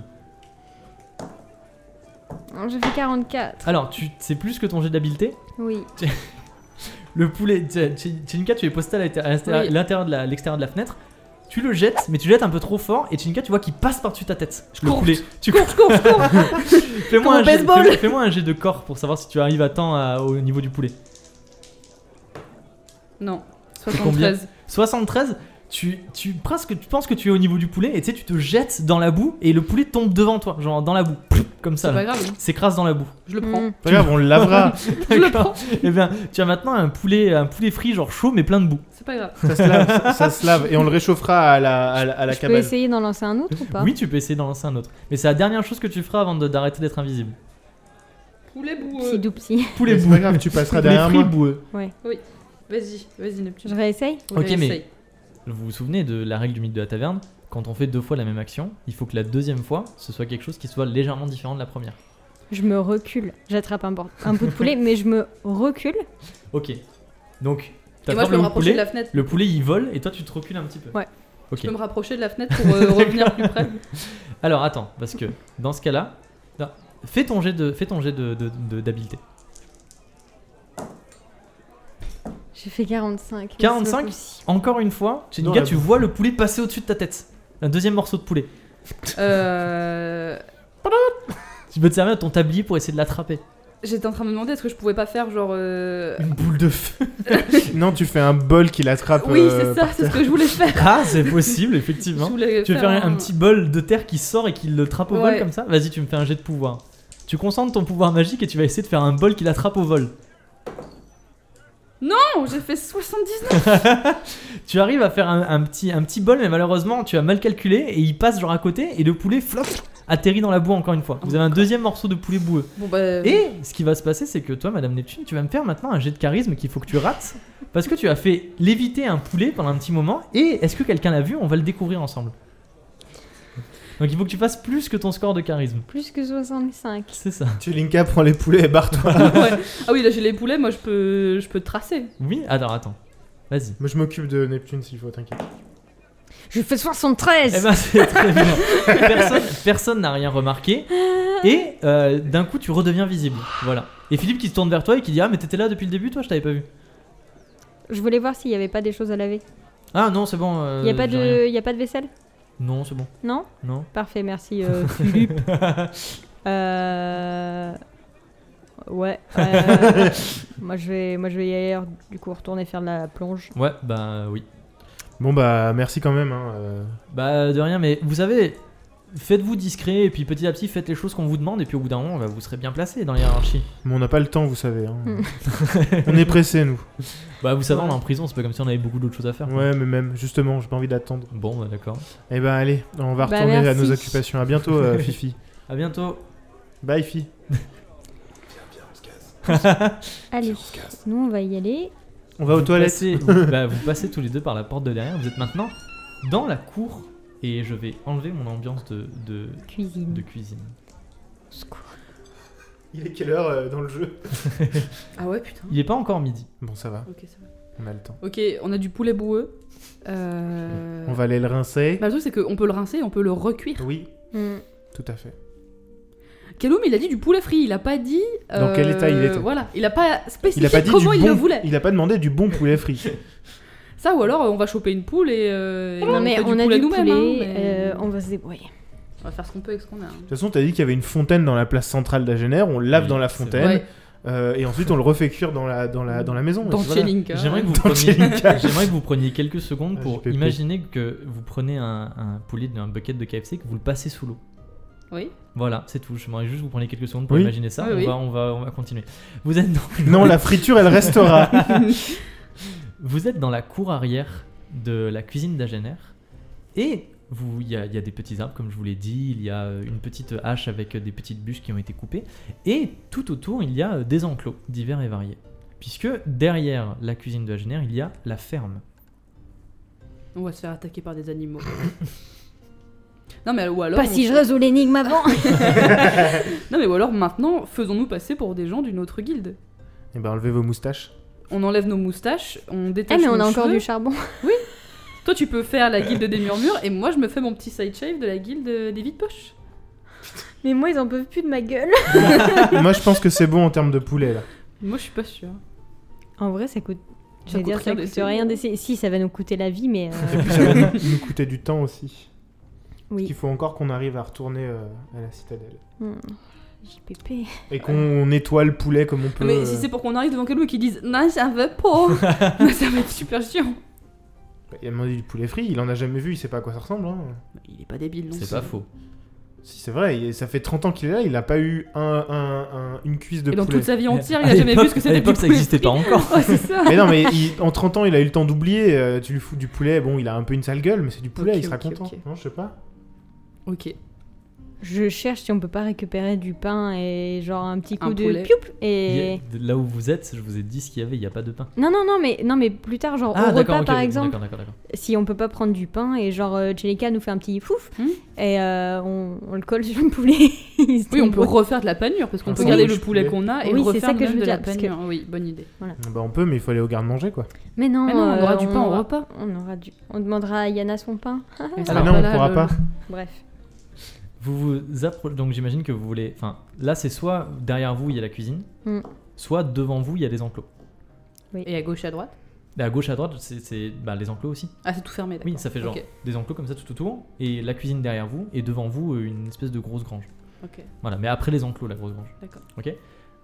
Oh, J'ai fait 44. Alors, tu c'est plus que ton jet d'habileté. Oui. Le poulet, tu- tu- Chinka, tu es posté à l'intérieur- à l'extérieur- Oui. l'intérieur de la- l'extérieur de la fenêtre. Tu le jettes, mais tu le jettes un peu trop fort et Chinka, tu vois qu'il passe par-dessus ta tête. le cours. poulet. Tu Je cours, je cours. Fais-moi Comme un, au jet- baseball. fais- fais-moi un jet de corps pour savoir si tu arrives à temps à- au niveau du poulet. Non, combien 73. 73, tu, tu, presque, tu penses que tu es au niveau du poulet et tu sais, tu te jettes dans la boue et le poulet tombe devant toi, genre dans la boue, comme C'est ça, pas là. grave, s'écrase dans la boue. je le prends. Mm. Pas grave, on le lavera. Je le D'accord. prends. Eh bien, tu as maintenant un poulet, un poulet frit, genre chaud, mais plein de boue. C'est pas grave. ça, se lave, ça- ça se lave et on le réchauffera à la, à la, à la Je peux cabane. essayer d'en lancer un autre ou pas Oui, tu peux essayer d'en lancer un autre. Mais c'est la dernière chose que tu feras avant de- d'arrêter d'être invisible. Poulet euh, boueux. Petit doux petit. Poulet Mais c'est boueux. pas grave, tu passeras Poulet derrière frit moi. boueux. Vas-y, vas-y, Je Neptune. réessaye Ok, mais- essaye. Vous vous souvenez de la règle du mythe de la taverne Quand on fait deux fois la même action, il faut que la deuxième fois, ce soit quelque chose qui soit légèrement différent de la première. Je me recule. J'attrape un, bord- un bout de poulet, mais je me recule. Ok. Donc, Et moi, je t'attrapes peux le me rapprocher poulet, de la fenêtre. le poulet il vole et toi tu te recules un petit peu. Ouais. Ok. Je peux me rapprocher de la fenêtre pour euh, revenir plus près. Alors attends, parce que dans ce cas-là, non, fais ton jet de, fais ton jet de, de- de- d'habileté. J'ai fait 45. mais c'est pas 45? possible. Encore une fois, Non, Chinka, la tu vois le poulet passer au-dessus de ta tête. Un deuxième morceau de poulet. Euh, Tu peux te servir de ton tablier pour essayer de l'attraper. J'étais en train de me demander est-ce que je pouvais pas faire genre. euh, Une boule de feu. Non, tu fais un bol qui l'attrape. Oui, euh, c'est ça, c'est ce que je voulais faire. Ah, c'est possible, Je effectivement. voulais Tu veux faire un, un petit bol de terre qui sort et qui le trappe au vol Ouais. comme ça Vas-y, tu me fais un jet de pouvoir. Tu concentres ton pouvoir magique et tu vas essayer de faire un bol qui l'attrape au vol. Non, j'ai fait 79. Tu arrives à faire un, un petit, un petit bol, mais malheureusement, tu as mal calculé et il passe genre à côté et le poulet flop atterrit dans la boue encore une fois. Vous avez un deuxième morceau de poulet boueux. Bon bah. Et ce qui va se passer, c'est que toi, Madame Neptune, tu vas me faire maintenant un jet de charisme qu'il faut que tu rates parce que tu as fait léviter un poulet pendant un petit moment. Et est-ce que quelqu'un l'a vu On va le découvrir ensemble. Donc il faut que tu fasses plus que ton score de charisme. Plus que 65. C'est ça. Tchelinka prend les poulets et barre-toi. ouais. Ah oui, là j'ai les poulets, moi je peux, je peux tracer. Oui Attends, attends. Vas-y. Moi, je m'occupe de Neptune s'il faut, t'inquiète. J'ai fait 73 Eh ben, c'est très bien. Personne, personne n'a rien remarqué. Et euh, d'un coup, tu redeviens visible. Voilà. Et Philippe qui se tourne vers toi et qui dit Ah, mais t'étais là depuis le début, toi, je t'avais pas vu. Je voulais voir s'il n'y avait pas des choses à laver. Ah, non, c'est bon. euh, Il n'y a, pas j'ai rien. de... y a pas de vaisselle Non, c'est bon. Non Non. Parfait, merci euh, Philippe. Euh, Ouais. euh, moi, je vais... moi, je vais y aller, du coup, retourner faire de la plonge. Ouais, bah oui. Bon, bah, merci quand même. hein, euh. Bah de rien, mais vous savez, faites-vous discret et puis petit à petit faites les choses qu'on vous demande et puis au bout d'un moment, bah, vous serez bien placé dans l'hierarchie. Mais on n'a pas le temps, vous savez. hein. Hmm. on est pressé, nous. Bah vous savez, on est Ouais. en prison, c'est pas comme si on avait beaucoup d'autres choses à faire. Ouais, mais même, justement, j'ai pas envie d'attendre. Bon, bah d'accord. Eh ben, allez, on va Bah, retourner à merci. nos occupations. À bientôt, euh, Fifi. À bientôt. Bye, Fifi. Allez, nous, on va y aller. On va aux Vous toilettes. passez- vous- bah, vous passez tous les deux par la porte de derrière. Vous êtes maintenant dans la cour et je vais enlever mon ambiance de, de, Cuisine. de cuisine. Secours. Il est quelle heure euh, dans le jeu Ah ouais, putain. Il est pas encore midi. Bon, ça va, Ok, ça va. on a le temps. Ok, on a du poulet boueux. Euh... On va aller le rincer. Bah, le truc, c'est qu'on peut le rincer, on peut le recuire. Oui, Hmm. tout à fait. Kaloum, il a dit du poulet frit, il a pas dit. Dans euh, quel état il était Voilà, il a pas Il spécifié a pas dit du comment il le bon... voulait. Il a pas demandé du bon poulet frit. Ça, ou alors euh, on va choper une poule et. euh, et Non, mais fait on a du poulet, nous-mêmes, hein, mais- euh, on va se débrouiller. On va faire ce qu'on peut avec ce qu'on a. hein. De toute façon, t'as dit qu'il y avait une fontaine dans la place centrale d'Agener, on le lave Oui, dans la c'est fontaine, Ouais, euh, et ensuite on le refait cuire dans la, dans la, dans la maison. et dans puis voilà. Tchelinka. J'aimerais que, vous Dans le preniez- Jellica. j'aimerais que vous preniez quelques secondes Ah, pour JPP. imaginer que vous prenez un, un poulet d'un bucket de KFC et que vous le passez sous l'eau. Oui. Voilà, c'est tout. J'aimerais juste que vous preniez quelques secondes pour Oui. imaginer ça. Oui, on, oui. Va, on, va, on va continuer. Vous êtes, dans, Non, la friture, elle restera. vous êtes dans la cour arrière de la cuisine d'Agener Et vous- il y, a il y a des petits arbres, comme je vous l'ai dit, il y a euh, une petite hache avec euh, des petites bûches qui ont été coupées, et tout autour, il y a euh, des enclos divers et variés. Puisque derrière la cuisine de Agener, il y a la ferme. On va se faire attaquer par des animaux. non, mais, ou alors, Pas on si se- je résous l'énigme avant non, mais ou alors maintenant, faisons-nous passer pour des gens d'une autre guilde. Et ben enlevez vos moustaches. On enlève nos moustaches, on détache Eh mais on nos a encore cheveux. du charbon Toi, tu peux faire la guilde des murmures et moi, je me fais mon petit side shave de la guilde des vides poches. Mais moi ils en peuvent plus de ma gueule Moi je pense que c'est bon en termes de poulet là. Moi, je suis pas sûre. En vrai ça coûte... Ça Je veux coûte dire, rien ça coûte d'essayer. rien d'essayer. Si, ça va nous coûter la vie, mais... Et euh, puis ça va nous nous coûter du temps aussi. oui. Il faut encore qu'on arrive à retourner euh, à la citadelle. Hmm. JPP. Et qu'on nettoie le poulet comme on peut. Mais euh, si c'est pour qu'on arrive devant Calou et qu'ils disent Non, ça veut pas Mais Ça va être super chiant bah, Il a demandé du poulet frit, il en a jamais vu, il sait pas à quoi ça ressemble. hein. Il est pas débile, non C'est pas faux. Si c'est vrai, il- ça fait 30 ans qu'il est là, il a pas eu un, un- un- une cuisse de Et dans poulet. toute sa vie entière, il À a jamais vu l'époque- ce que À c'était du l'époque, ça poulet n'existait frit. pas encore. Oh, c'est ça Mais non, mais il- en 30 ans, il a eu le temps d'oublier. euh, tu lui fous du poulet, bon, il a un peu une sale gueule, mais c'est du poulet, Ok, il sera ok, content. ok. Non, je sais pas. Ok. Je cherche si on peut pas récupérer du pain et genre un petit coup Un poulet. de pioup Il y et... a- Là où vous êtes, je vous ai dit ce qu'il y avait, il n'y a pas de pain. Non, non, non, mais, non, mais plus tard, genre Ah, au repas ok, par oui, exemple, D'accord, d'accord, d'accord. si on peut pas prendre du pain et genre euh, Jellica nous fait un petit fouf Hmm. et euh, on, on le colle sur le poulet. Il se Oui, on peut débrouille. refaire de la panure parce qu'on Un peut garder le sandwich poulet poulet. qu'on a et Ah, Oui, c'est refaire ça que nous-mêmes je veux de la dire, parce que- panure. Oui, bonne idée. Bah, on peut, mais il faut aller au garde-manger, quoi. Mais non, Mais Ah non, on euh, aura du pain au aura- Ah, repas. On aura du. On demandera à Yana son pain. Ah, bah mais non, on pourra pas. Bref. Vous vous approchez, donc j'imagine que vous voulez. Enfin, là, c'est soit derrière vous, il y a la cuisine, Hmm. Mm. soit devant vous, il y a les enclos. Et à gauche et à droite Et à gauche, à droite, c'est c'est- bah, les enclos aussi. Ah, c'est tout fermé, d'accord. Oui, ça fait genre Ok, des enclos comme ça tout autour, et la cuisine derrière vous, et devant vous, euh, une espèce de grosse grange. ok, Voilà, mais après les enclos, la grosse grange. d'accord.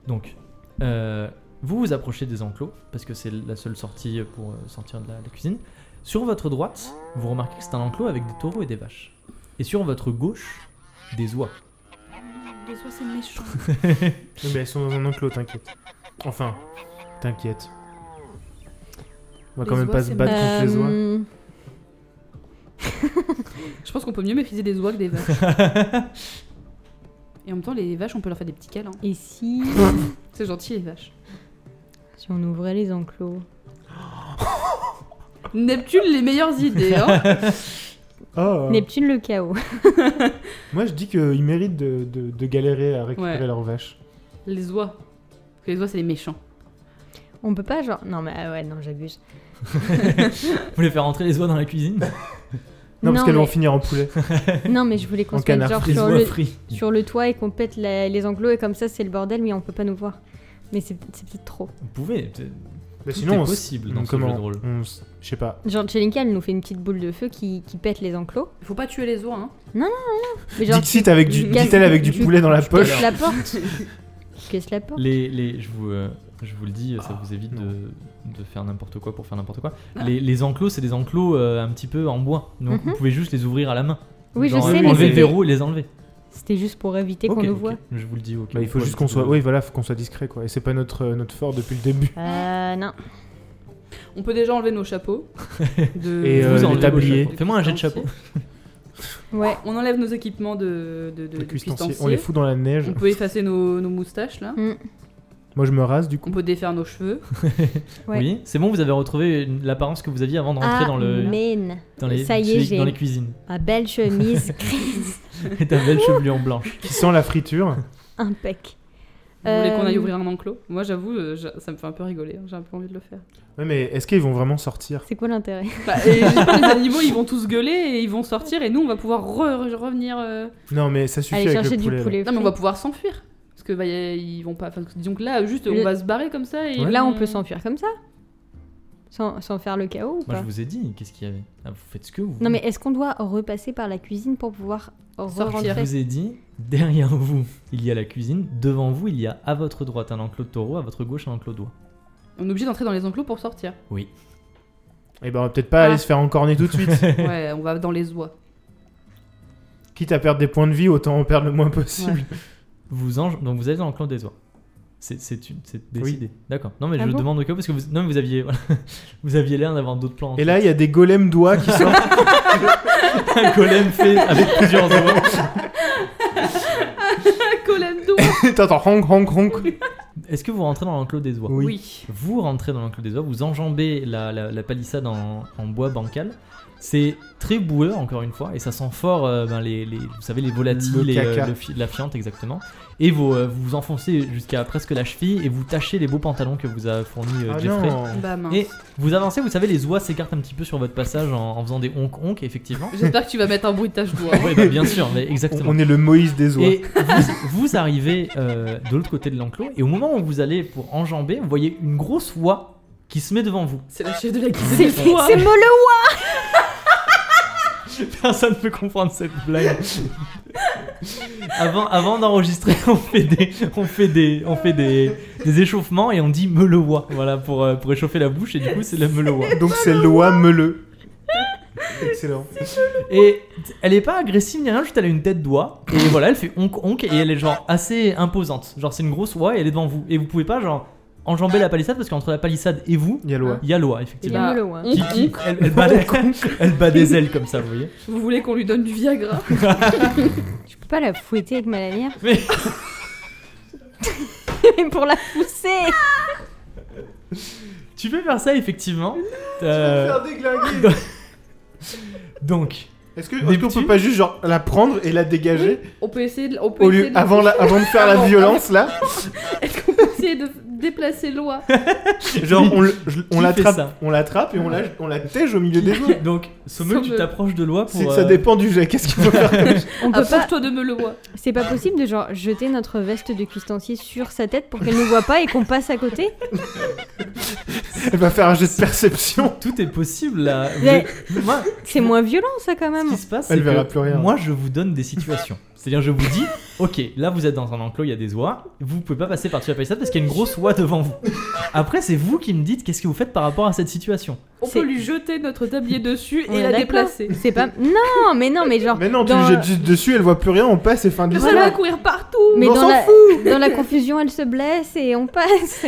Donc, euh, vous vous approchez des enclos, parce que c'est la seule sortie pour euh, sortir de la, la cuisine. Sur votre droite, vous remarquez que c'est un enclos avec des taureaux et des vaches. Et sur votre gauche, des oies. Les oies, c'est méchant. Oui, mais elles sont dans un enclos, t'inquiète. Enfin, t'inquiète. On va Les quand même oies, pas se c'est battre contre les oies. Euh, Je pense qu'on peut mieux maîtriser des oies que des vaches. Et en même temps, les vaches, on peut leur faire des petits câlins. Et si. C'est gentil, les vaches. si on ouvrait les enclos Neptune, les meilleures idées, hein Oh, euh, Neptune le chaos. moi je dis qu'ils méritent de, de- de galérer à récupérer Ouais. leurs vaches. Les oies. Parce que les oies, c'est les méchants. On peut pas genre. Non mais ah ouais non j'abuse. Vous voulez faire rentrer les oies dans la cuisine Non, parce qu'elles mais... vont finir en poulet. non mais je voulais qu'on en se mette canard genre frit, Les sur oies le, frites. sur le toit et qu'on pète la- les enclos et comme ça c'est le bordel mais on peut pas nous voir. Mais c'est c'est peut-être trop. Vous pouvez. c'est- Bah, Tout sinon, est on s- possible dans on- ce comment- jeu de rôle. on s- Je sais pas. Genre Chelinka elle nous fait une petite boule de feu qui, qui pète les enclos. Faut pas tuer les oies, hein. Mais genre Dixit avec du, tu casses- Ditel avec du tu- poulet dans la tu casses poche. la porte. Tu casses la porte. Les, les, je, vous, euh, je vous le dis, ça Ah, vous évite de, de faire n'importe quoi pour faire n'importe quoi. Les, les enclos, c'est des enclos euh, un petit peu en bois. Donc vous Mhm. pouvez juste les ouvrir à la main. Oui, je Genre, euh, sais, mais Enlever le c'était- verrou et les enlever. c'était juste pour éviter Ok, qu'on nous ok. voit. Je vous le dis, ok. Bah, il faut Ouais, juste un qu'on petit soit, peu. oui voilà, faut qu'on soit discret quoi. Et c'est pas notre euh, notre fort depuis le début. Euh, non. On peut déjà enlever nos chapeaux. De... Et, euh, Vous les enlevez vos tabliers. chapeaux. Fais-moi un jet de chapeau. Ouais. On enlève nos équipements de, de, de, Les de cuistanciers, cuistanciers. on les fout dans la neige. On peut effacer nos, nos moustaches là. Moi je me rase du coup. On peut défaire nos cheveux. Ouais. Oui, c'est bon, vous avez retrouvé une- l'apparence que vous aviez avant de rentrer Ah, dans, le, Amen. dans, les, Ça y est, chez- j'ai- dans les cuisines. Ma belle chemise grise. Et ta belle chevelure blanche. Qui sent la friture. Impec. Vous voulez qu'on aille Euh, ouvrir un enclos Moi j'avoue, euh, j'a- ça me fait un peu rigoler. hein. J'ai un peu envie de le faire. Ouais, mais est-ce qu'ils vont vraiment sortir C'est quoi l'intérêt Bah, et j'ai pas, les animaux ils vont tous gueuler et ils vont sortir et nous on va pouvoir re- re- revenir. euh, Non, mais ça suffit Aller avec chercher le du poulet. là. poulet. Non mais on frit. va pouvoir s'enfuir. Parce que bah, y a- ils vont pas. Enfin, disons que là juste Le- on va se barrer comme ça. Et Ouais. Là, on peut s'enfuir comme ça sans, sans faire le chaos ou Moi, pas je vous ai dit, qu'est-ce qu'il y avait Ah, Vous faites ce que vous Non, voulez. mais est-ce qu'on doit repasser par la cuisine pour pouvoir Sortir. Je re-rentrer vous ai dit, derrière vous, il y a la cuisine, devant vous, il y a à votre droite un enclos de taureau, à votre gauche un enclos d'oie. On est obligé d'entrer dans les enclos pour sortir. Oui. Et ben on va peut-être pas Ah. aller se faire encorner tout de suite. Ouais, on va dans les oies. Quitte à perdre des points de vie, autant en perdre le moins possible. Vous en- Donc vous allez dans l'enclos des oies. C'est- C'est une- c'est des Oui. idées. D'accord. Non, mais Ah je bon demande au cas où, parce que vous, non, mais vous aviez, voilà. vous aviez l'air d'avoir d'autres plans. en Et là, il y a des golems doigts qui sortent. tête. un golem fait avec plusieurs doigts. Colin d'eau. T'entends honk, honk, honk. Est-ce que vous rentrez dans l'enclos des oies Oui. Oui. Vous rentrez dans l'enclos des oies, vous enjambez la, la- la palissade en, en bois bancal. C'est très boueux, encore une fois, et ça sent fort, euh, ben, les, les- vous savez, les volatiles, Le les, euh, caca. le fi- la fiente, exactement. Et vous, euh, vous vous enfoncez jusqu'à presque la cheville et vous tâchez les beaux pantalons que vous a fournis euh, Ah Jeffrey. non. Bah hein. mince. Et vous avancez, vous savez, les oies s'écartent un petit peu sur votre passage en, en faisant des honk honk, effectivement. J'espère que tu vas mettre un bruitage doigt. Oui, bah, bien sûr, mais On- exactement. On est le Moïse des oies. Et vous, vous arrivez euh, de l'autre côté de l'enclos, et au moment où vous allez pour enjamber, vous voyez une grosse oie qui se met devant vous. C'est la chef de la cuisine. C'est des oies. c'est Molo Personne ne peut comprendre cette blague. avant avant d'enregistrer, on fait, des, on fait, des, on fait des, des échauffements et on dit me le oie, voilà, pour, euh, pour échauffer la bouche, et du coup, c'est le me le oie. Donc c'est Loi Meuleux. Excellent. Et elle est pas agressive ni rien, juste elle a une tête d'oie. Et voilà, elle fait honk honk et elle est genre assez imposante. Genre c'est une grosse oie et elle est devant vous. Et vous pouvez pas genre enjamber la palissade parce qu'entre la palissade et vous, Il y a Loi. il y a l'oie C'est effectivement. Bah, Molo, hein. on- Qui- qui- elle, elle bat des, elle bat des ailes comme ça, vous voyez. Vous voulez qu'on lui donne du Viagra Je peux pas la fouetter avec ma lanière Mais- Mais pour la pousser Tu peux faire ça effectivement. Euh, déglinguer. donc, Est-ce que- Des est-ce qu'on petits- peut pas juste genre la prendre et la dégager On peut essayer de, on peut au essayer lieu de- avant la- avant de faire Avant, la violence là Est-ce qu'on peut essayer de déplacer l'oie Genre on le- je- on fait l'attrape, ça on l'attrape et on la on la tège au milieu des oies. donc Sommel, tu Sommel. t'approches de l'oie C'est- pour. Ça euh, dépend du jet. Qu'est-ce qu'il faut faire On peut pas. Approche-toi de me le oie. Ah, C'est pas possible de genre jeter notre veste de cuistancier sur sa tête pour qu'elle ne voit pas et qu'on passe à côté Elle va faire un jet de perception. euh, Tout est possible là. Vous Mais- êtes- Moi, C'est moins violent ça quand Ce même qui se passe, Elle c'est verra que plus rien. moi, je vous donne des situations. C'est-à-dire, je vous dis, ok, là, vous êtes dans un enclos, il y a des oies, vous pouvez pas passer par-dessus la palissade parce qu'il y a une grosse oie devant vous. Après, c'est vous qui me dites qu'est-ce que vous faites par rapport à cette situation. On C'est- peut lui jeter notre tablier dessus On et est la d'accord. déplacer. C'est pas. Non, mais non, mais genre. Mais non, tu dans- le jettes juste dessus, elle voit plus rien, on passe et fin de Mais l'histoire. ça va courir partout. Mais on dans s'en la... dans la confusion, elle se blesse et on passe.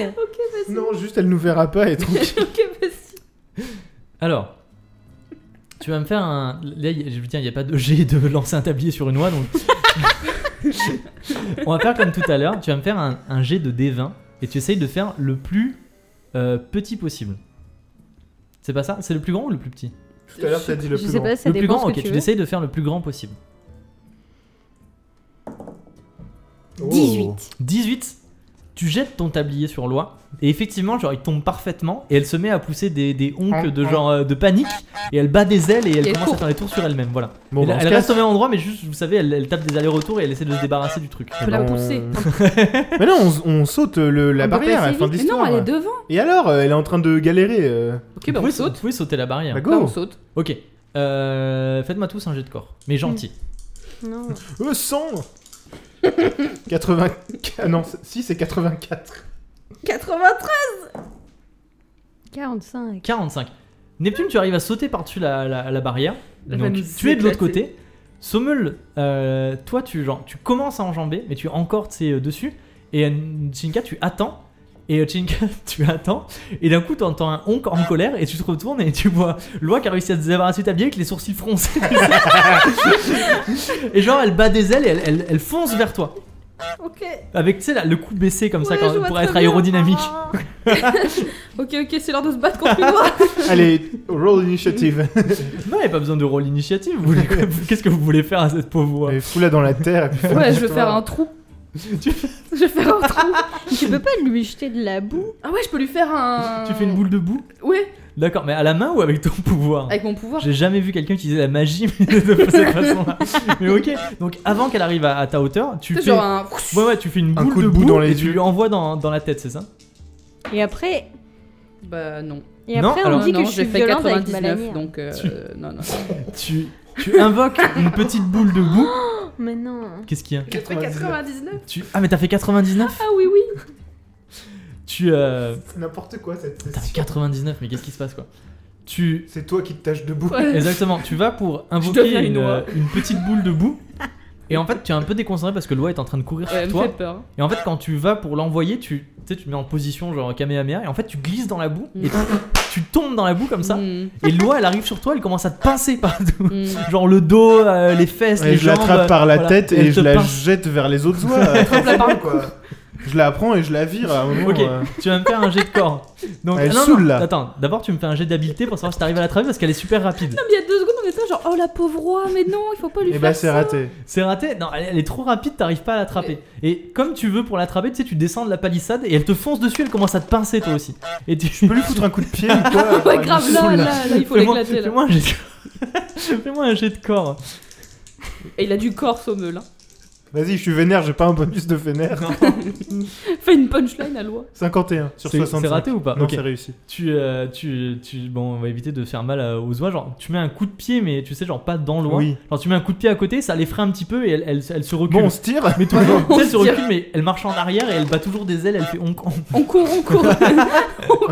Non, juste elle nous verra pas et tranquille. ok, vas-y. Alors, tu vas me faire un. Là, il y a- je vous tiens, il n'y a pas de jet de lancer un tablier sur une oie, donc. On va faire comme tout à l'heure, tu vas me faire un, un jet de D20 et tu essayes de faire le plus euh, petit possible. C'est pas ça C'est le plus grand ou le plus petit Tout à l'heure, t'as dit le je plus sais grand. pas si ça Le plus dépend grand, ce ok, que tu tu veux. essayes de faire le plus grand possible. Oh. 18. 18, tu jettes ton tablier sur Loi, et effectivement, genre, il tombe parfaitement, et elle se met à pousser des, des honques de genre euh, de panique, et elle bat des ailes, et elle Et elle commence à court. faire des tours sur elle-même, voilà. Bon, elle bah, on se elle casse. reste au même endroit, mais juste, vous savez, elle, elle tape des allers-retours, et elle essaie de se débarrasser du truc. On peut la Ah Bon. pousser. Mais non, on, s- on saute euh, le- la On peut barrière à passer la fin de vite. Mais non, l'histoire. elle est devant. Et alors, euh, elle est en train de galérer. euh. Ok, bah vous, on pouvez, vous saute. pouvez sauter la barrière. Bah, Bah on go saute. Ok, euh, faites-moi tous un jet de corps, mais gentil. Non. Euh, 100 80... Ah Non, c'est- si, c'est 84. 93 45. 45. Neptune, tu arrives à sauter par-dessus la, la- la barrière. Elle Donc, va nous tu es de l'autre éclater. côté. Sommel, euh, toi, tu, genre, tu commences à enjamber, mais tu es encore tu sais, euh, dessus. Et euh, Chinka, tu attends. Et euh, Chinka, tu attends. Et d'un coup, tu entends un honk en colère. Et tu te retournes et tu vois Loi qui a réussi à se débarrasser de ta bière avec les sourcils froncés. et genre, elle bat des ailes et elle, elle- elle fonce vers toi. Ok. Avec tu sais, là, le cou baissé comme ça Ouais, quand- je vois pour très être bien. Ah. aérodynamique. Ok, ok, c'est l'heure de se battre contre une oie. Allez, roll initiative. Non, il n'y a pas besoin de rôle initiative. Vous voulez- Qu'est-ce que vous voulez faire à cette pauvre voix Et fous-la dans la terre. et puis fais Ouais, un je vais tour. faire un trou. Je vais faire un trou. tu peux pas lui jeter de la boue Ah ouais, je peux lui faire un. Tu fais une boule de boue Ouais, D'accord, mais à la main ou avec ton pouvoir avec mon pouvoir. J'ai jamais vu quelqu'un utiliser la magie mais de cette façon-là. Mais ok, donc avant qu'elle arrive à, à ta hauteur, tu C'est fais, genre un. ouais, ouais, tu fais une Un boule coup de de boue dans les et tu yeux. lui envoies dans, dans la tête, c'est ça Et après, Bah non. et Non, après alors- on dit non, que je suis j'ai fait violente avec ma 99, lanière. donc euh, Tu- euh, non, non. Tu, tu invoques une petite boule de boue. Mais non. Qu'est-ce qu'il y a J'ai fait 99 tu, Ah, mais t'as fait 99 Ah oui, oui. Tu. Euh, C'est n'importe quoi cette t'as fait session. 99, mais qu'est-ce qui se passe quoi Tu. C'est toi qui te tâches debout. Ouais. Exactement, tu vas pour Euh. dois faire invoquer une une, oie. euh, une petite boule de boue. Et en fait, tu es un peu déconcentré parce que Loi est en train de courir Ouais, elle sur me toi. fait peur. Et en fait, quand tu vas pour l'envoyer, tu, tu sais, tu te mets en position genre Kamehameha. Et en fait, tu glisses dans la boue. Et Mm. tu tombes dans la boue comme ça. Mm, Et Loi, elle arrive sur toi, elle commence à te pincer partout. mm. Genre le dos, euh, les fesses, Et les je jambes. l'attrape par la voilà. tête elle et je te la pince. jette vers les autres oies. euh, tranquillement, quoi. Je la prends et je la vire à un moment. Ok, euh. tu vas me faire un jet de corps. Donc, Elle ah, non, saoule, non, là. Attends, d'abord tu me fais un jet d'habileté pour savoir si t'arrives à la traverser parce qu'elle est super rapide. Non, mais il y a deux secondes, on était là, genre, oh la pauvre roi, mais non, il faut pas lui Et faire bah c'est ça. raté. C'est raté, non, elle, elle est trop rapide, t'arrives pas à l'attraper. Et comme tu veux pour l'attraper, tu sais, tu descends de la palissade et elle te fonce dessus, elle commence à te pincer toi aussi. Et tu Je peux lui foutre un coup de pied ou quoi Ouais, Elle me grave, là, saoule, là, là, il faut Fais-moi l'éclater, là. fais-moi un jet de Fais-moi un jet de corps. Et il a du corps, Sommel. hein. Vas-y, je suis vénère, j'ai pas un bonus de vénère. Fais une punchline à loi. 51 sur C'est- 65. C'est raté ou pas Non, Ok. c'est réussi. Tu, euh, tu, tu- bon, on va éviter de faire mal à- aux oies. Genre, tu mets un coup de pied, mais tu sais, genre pas dans loin. Oui. Genre, tu mets un coup de pied à côté, ça les freine un petit peu et elle, elle, elle se recule. Bon, on se tire. mais tout le monde, tu sais, elle se On se tire. recule, mais elle marche en arrière et elle bat toujours des ailes. Elle fait on, on- On court, on court.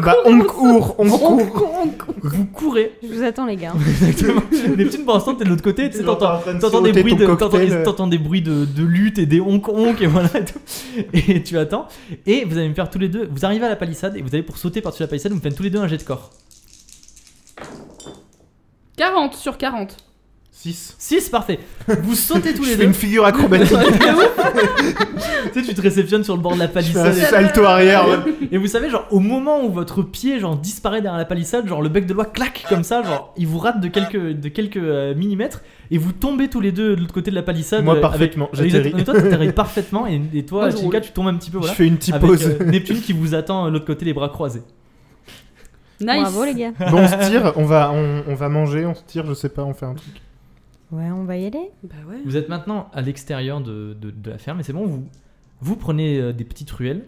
Bah, on court, on on court. court, on court. vous courez. Je vous attends, les gars. Exactement. Les petites pour l'instant, t'es de l'autre côté. Tu sais, Genre, t'es t'entends en train de T'entends des, siroter bruits ton de, cocktail. t'entends- t'entends des bruits de, de lutte et des honk honk et voilà et tout. Et tu attends. Et vous allez me faire tous les deux. Vous arrivez à la palissade et vous allez pour sauter par-dessus la palissade. Vous me faites tous les deux un jet de corps. 40 sur 40. 6. 6, parfait. Vous sautez tous euh, je les fais deux. une figure acrobatique. Tu sais, tu te réceptionnes sur le bord de la je fais un palissade. salto arrière. ouais. Et vous savez, genre, au moment où votre pied, genre, disparaît derrière la palissade, genre, le bec de loi claque comme ça, genre, il vous rate de quelques, de quelques euh, millimètres, et vous tombez tous les deux de l'autre côté de la palissade. Moi, euh, parfaitement. Avec... J'atterris. Exactement. Et toi, t'atterris parfaitement, et, et toi, Moi, je Chinka, roule. tu tombes un petit peu, Je voilà. fais une petite Avec pause. euh, Neptune qui vous attend euh, de l'autre côté, les bras croisés. Nice. Bravo, les gars. Bon, on se tire, on va, on, on va manger, on se tire, je sais pas, on fait un truc. Ouais, on va y aller. Bah ouais. Vous êtes maintenant à l'extérieur de, de- de la ferme, et c'est bon, vous, vous prenez euh, des petites ruelles,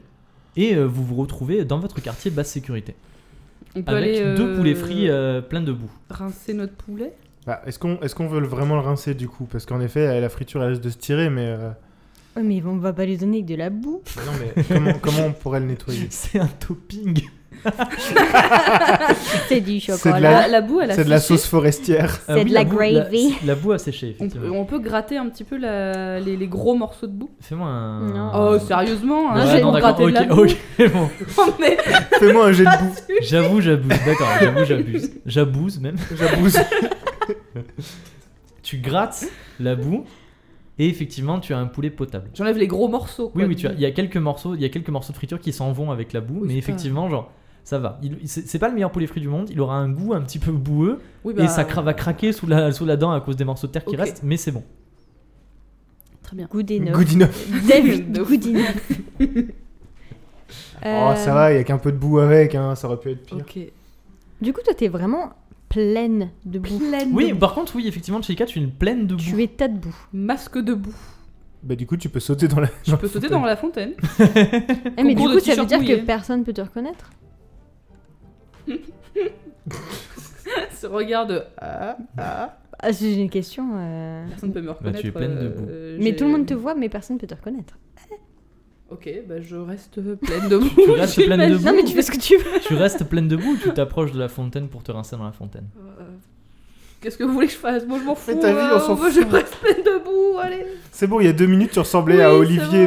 et euh, vous vous retrouvez dans votre quartier basse sécurité, On peut avec aller. euh, deux poulets frits euh, pleins de boue. Rincer notre poulet. Bah, est-ce qu'on est qu'on veut le- vraiment le rincer du coup Parce qu'en effet, euh, la friture, elle laisse de se tirer, mais. euh, Ouais, mais on va pas les donner avec de la boue. mais non, mais comment, comment on pourrait le nettoyer C'est un topping. C'est du C'est de chocolat. la- Ah, La, la boue, elle a C'est de la séché. sauce forestière. C'est de la boue- gravy. Euh, La, boue a séché, On peut, effectivement. on peut gratter un petit peu la- les, les gros morceaux de boue. Fais-moi un. Non. Oh, sérieusement, hein, Euh, Ouais, j'ai non, d'accord, gratté de la ok, boue. ok, bon. Non, mais- Fais-moi un jet de boue, J'avoue, j'abuse, d'accord, j'avoue, j'abuse. J'abuse même. j'abouse. Tu grattes la boue et effectivement, tu as un poulet potable. J'enlève les gros morceaux. Oui, quoi, oui, de- tu as, il y a quelques morceaux, il y a quelques morceaux de friture qui s'en vont avec la boue, Oui, mais c'est effectivement, genre, ça va. Il- C'est c'est pas le meilleur poulet frit du monde. Il aura un goût un petit peu boueux Oui, bah, et ça cra- va craquer sous la, sous la dent à cause des morceaux de terre qui Ok. restent, mais c'est bon. Très bien. Good enough. Good enough. David Good enough. Oh, Euh, ça va, il y a qu'un peu de boue avec, hein, ça aurait pu être pire. Ok. Du coup, toi, t'es vraiment pleine de boue. Pleine Oui, bah, de boue. par contre, oui, effectivement, Chika, tu es une plaine de boue. Tu es tas de boue. Masque de boue. Bah, du coup, tu peux sauter dans la. Je peux sauter dans la fontaine. Eh, mais du Concours de coup, ça veut t-shirt dire mouillé. que personne peut te reconnaître Ce regard de. Ah, ah. ah, C'est une question. euh, Personne ne peut me reconnaître. Bah, tu es pleine de boue. euh, Mais j'ai- tout le monde te voit, mais personne peut te reconnaître. Ok, bah je reste pleine de boue. Tu restes pleine de j'imagine. boue. Non, mais tu fais ce que tu veux. Tu restes pleine de boue ou tu t'approches de la fontaine pour te rincer dans la fontaine Euh, Qu'est-ce que vous voulez que je fasse Moi je m'en fous. Fais ta vie, on euh, s'en moi, fout. Je reste pleine de boue, allez. C'est bon, il y a deux minutes, tu ressemblais Oui, à c'est Olivier,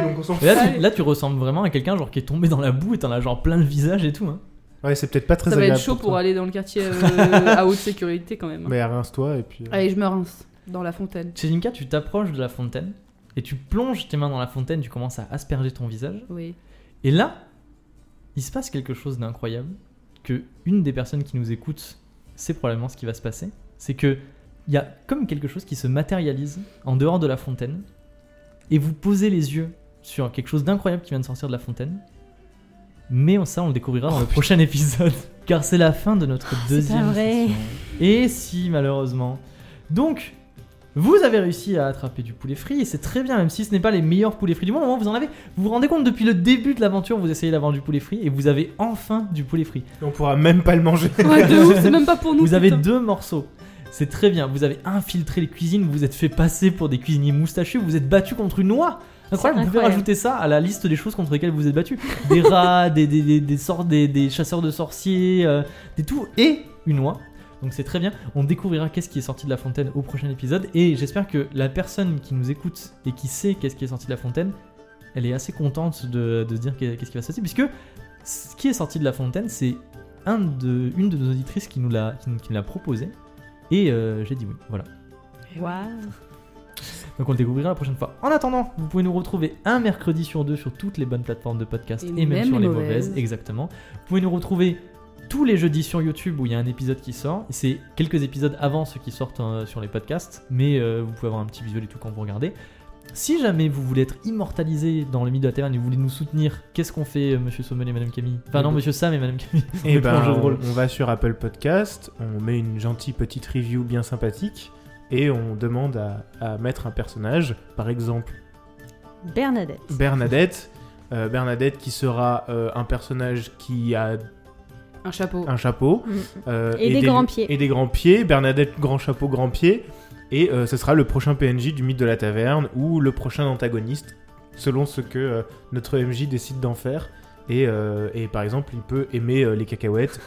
vrai. donc on s'en Et fout. là, tu, Allez. là, tu ressembles vraiment à quelqu'un genre qui est tombé dans la boue et t'en as genre plein le visage et tout. Hein. Ouais, c'est peut-être pas très Ça va agréable. être chaud pour toi. aller dans le quartier euh, à haute sécurité quand même. Mais rince-toi et puis. euh, Allez, je me rince dans la fontaine. Chelinka, tu t'approches de la fontaine et tu plonges tes mains dans la fontaine, tu commences à asperger ton visage. Oui. Et là, il se passe quelque chose d'incroyable que une des personnes qui nous écoute sait probablement ce qui va se passer. C'est que il y a comme quelque chose qui se matérialise en dehors de la fontaine et vous posez les yeux sur quelque chose d'incroyable qui vient de sortir de la fontaine. Mais on- ça, on le découvrira dans le prochain épisode. Car c'est la fin de notre deuxième vrai. session. Et si, malheureusement. Donc, vous avez réussi à attraper du poulet frit, et c'est très bien, même si ce n'est pas les meilleurs poulets frits du monde. Au moins, vous en avez. Vous vous rendez compte, depuis le début de l'aventure, vous essayez d'avoir du poulet frit, et vous avez enfin du poulet frit. On pourra même pas le manger. Ouais, de ouf, c'est même pas pour nous. Vous avez putain. deux morceaux. C'est très bien. Vous avez infiltré les cuisines, vous vous êtes fait passer pour des cuisiniers moustachus, vous vous êtes battu contre une noix. Incroyable, vous pouvez incroyable. rajouter ça à la liste des choses contre lesquelles vous vous êtes battu. Des rats, des, des, des, des, sortes- des- des chasseurs de sorciers, euh, des tout, et une noix. Donc c'est très bien. On découvrira qu'est-ce qui est sorti de la fontaine au prochain épisode. Et j'espère que la personne qui nous écoute et qui sait qu'est-ce qui est sorti de la fontaine, elle est assez contente de, de se dire qu'est- qu'est-ce qui va sortir. Puisque ce qui est sorti de la fontaine, c'est un de, une de nos auditrices qui nous l'a qui nous- qui nous l'a proposé. Et euh, j'ai dit oui. Voilà. Donc on le découvrira la prochaine fois. En attendant, vous pouvez nous retrouver un mercredi sur deux sur toutes les bonnes plateformes de podcast Et et, même même, sur les les mauvaises. mauvaises. Exactement. Vous pouvez nous retrouver tous les jeudis sur YouTube où il y a un épisode qui sort. C'est quelques épisodes avant ceux qui sortent euh, sur les podcasts, mais euh, vous pouvez avoir un petit visuel et tout quand vous regardez. Si jamais vous voulez être immortalisé dans le milieu de la taverne et vous voulez nous soutenir, qu'est-ce qu'on fait, euh, monsieur Sommel et madame Camille Enfin, non, monsieur Sam et madame Camille. Et On prend ben, le jeu de on, rôle. on va sur Apple Podcast, on met une gentille petite review bien sympathique et on demande à, à mettre un personnage, par exemple Bernadette. Bah, Bernadette. Euh, Bernadette qui sera euh, un personnage qui a Un chapeau. un chapeau. Mm. euh, Et des grands pieds. Et des grands pieds. Bernadette, grand chapeau, grand pied. Et euh, ce sera le prochain PNJ du mythe de la taverne ou le prochain antagoniste, selon ce que euh, notre MJ décide d'en faire. Et, euh, et par exemple, il peut aimer euh, les cacahuètes.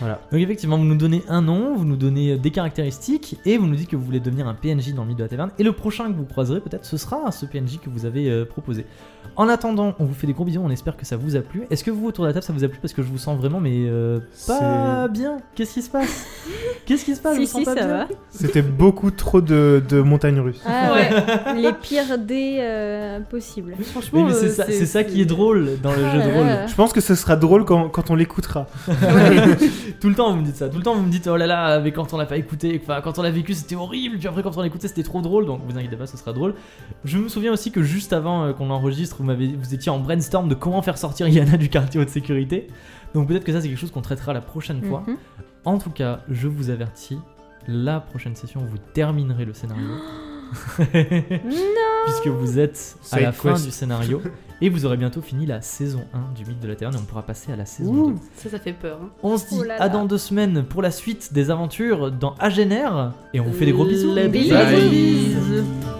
Donc effectivement, vous nous donnez un nom, vous nous donnez euh, des caractéristiques et vous nous dites que vous voulez devenir un PNJ dans le milieu de la taverne. Et le prochain que vous croiserez, peut-être, ce sera ce PNJ que vous avez euh, proposé. En attendant, on vous fait des gros bisous. On espère que ça vous a plu. Est-ce que vous autour de la table, ça vous a plu Parce que je vous sens vraiment, mais euh, pas bien. Qu'est-ce qui se passe Qu'est-ce qui se passe Je Si, vous sens si, pas ça bien. va. C'était beaucoup trop de, de montagnes russes. Ah Ouais. ouais. Les pires dés euh, possibles. Ah Franchement, Oui, mais c'est euh, ça, c'est ça qui est drôle dans le jeu de rôle. Je pense que ce sera drôle quand, quand on l'écoutera. Tout le temps vous me dites ça, tout le temps vous me dites oh là là, mais quand on l'a pas écouté, enfin, quand on l'a vécu c'était horrible, puis après quand on l'a écouté c'était trop drôle, donc vous inquiétez pas, ce sera drôle. Je me souviens aussi que juste avant euh, qu'on enregistre, vous, m'avez- vous étiez en brainstorm de comment faire sortir Yana du quartier haute sécurité, donc peut-être que ça c'est quelque chose qu'on traitera la prochaine fois. Mhm. En tout cas, je vous avertis, la prochaine session vous terminerez le scénario. Puisque vous êtes à Side la fin quest. du scénario et vous aurez bientôt fini la saison 1 du mythe de la Taverne et on pourra passer à la saison 2. Ça, ça fait peur. hein. On se dit Oh là là. à dans deux semaines pour la suite des aventures dans Agener et on vous fait des gros bisous. La bise. Bisous. Bye. Bise.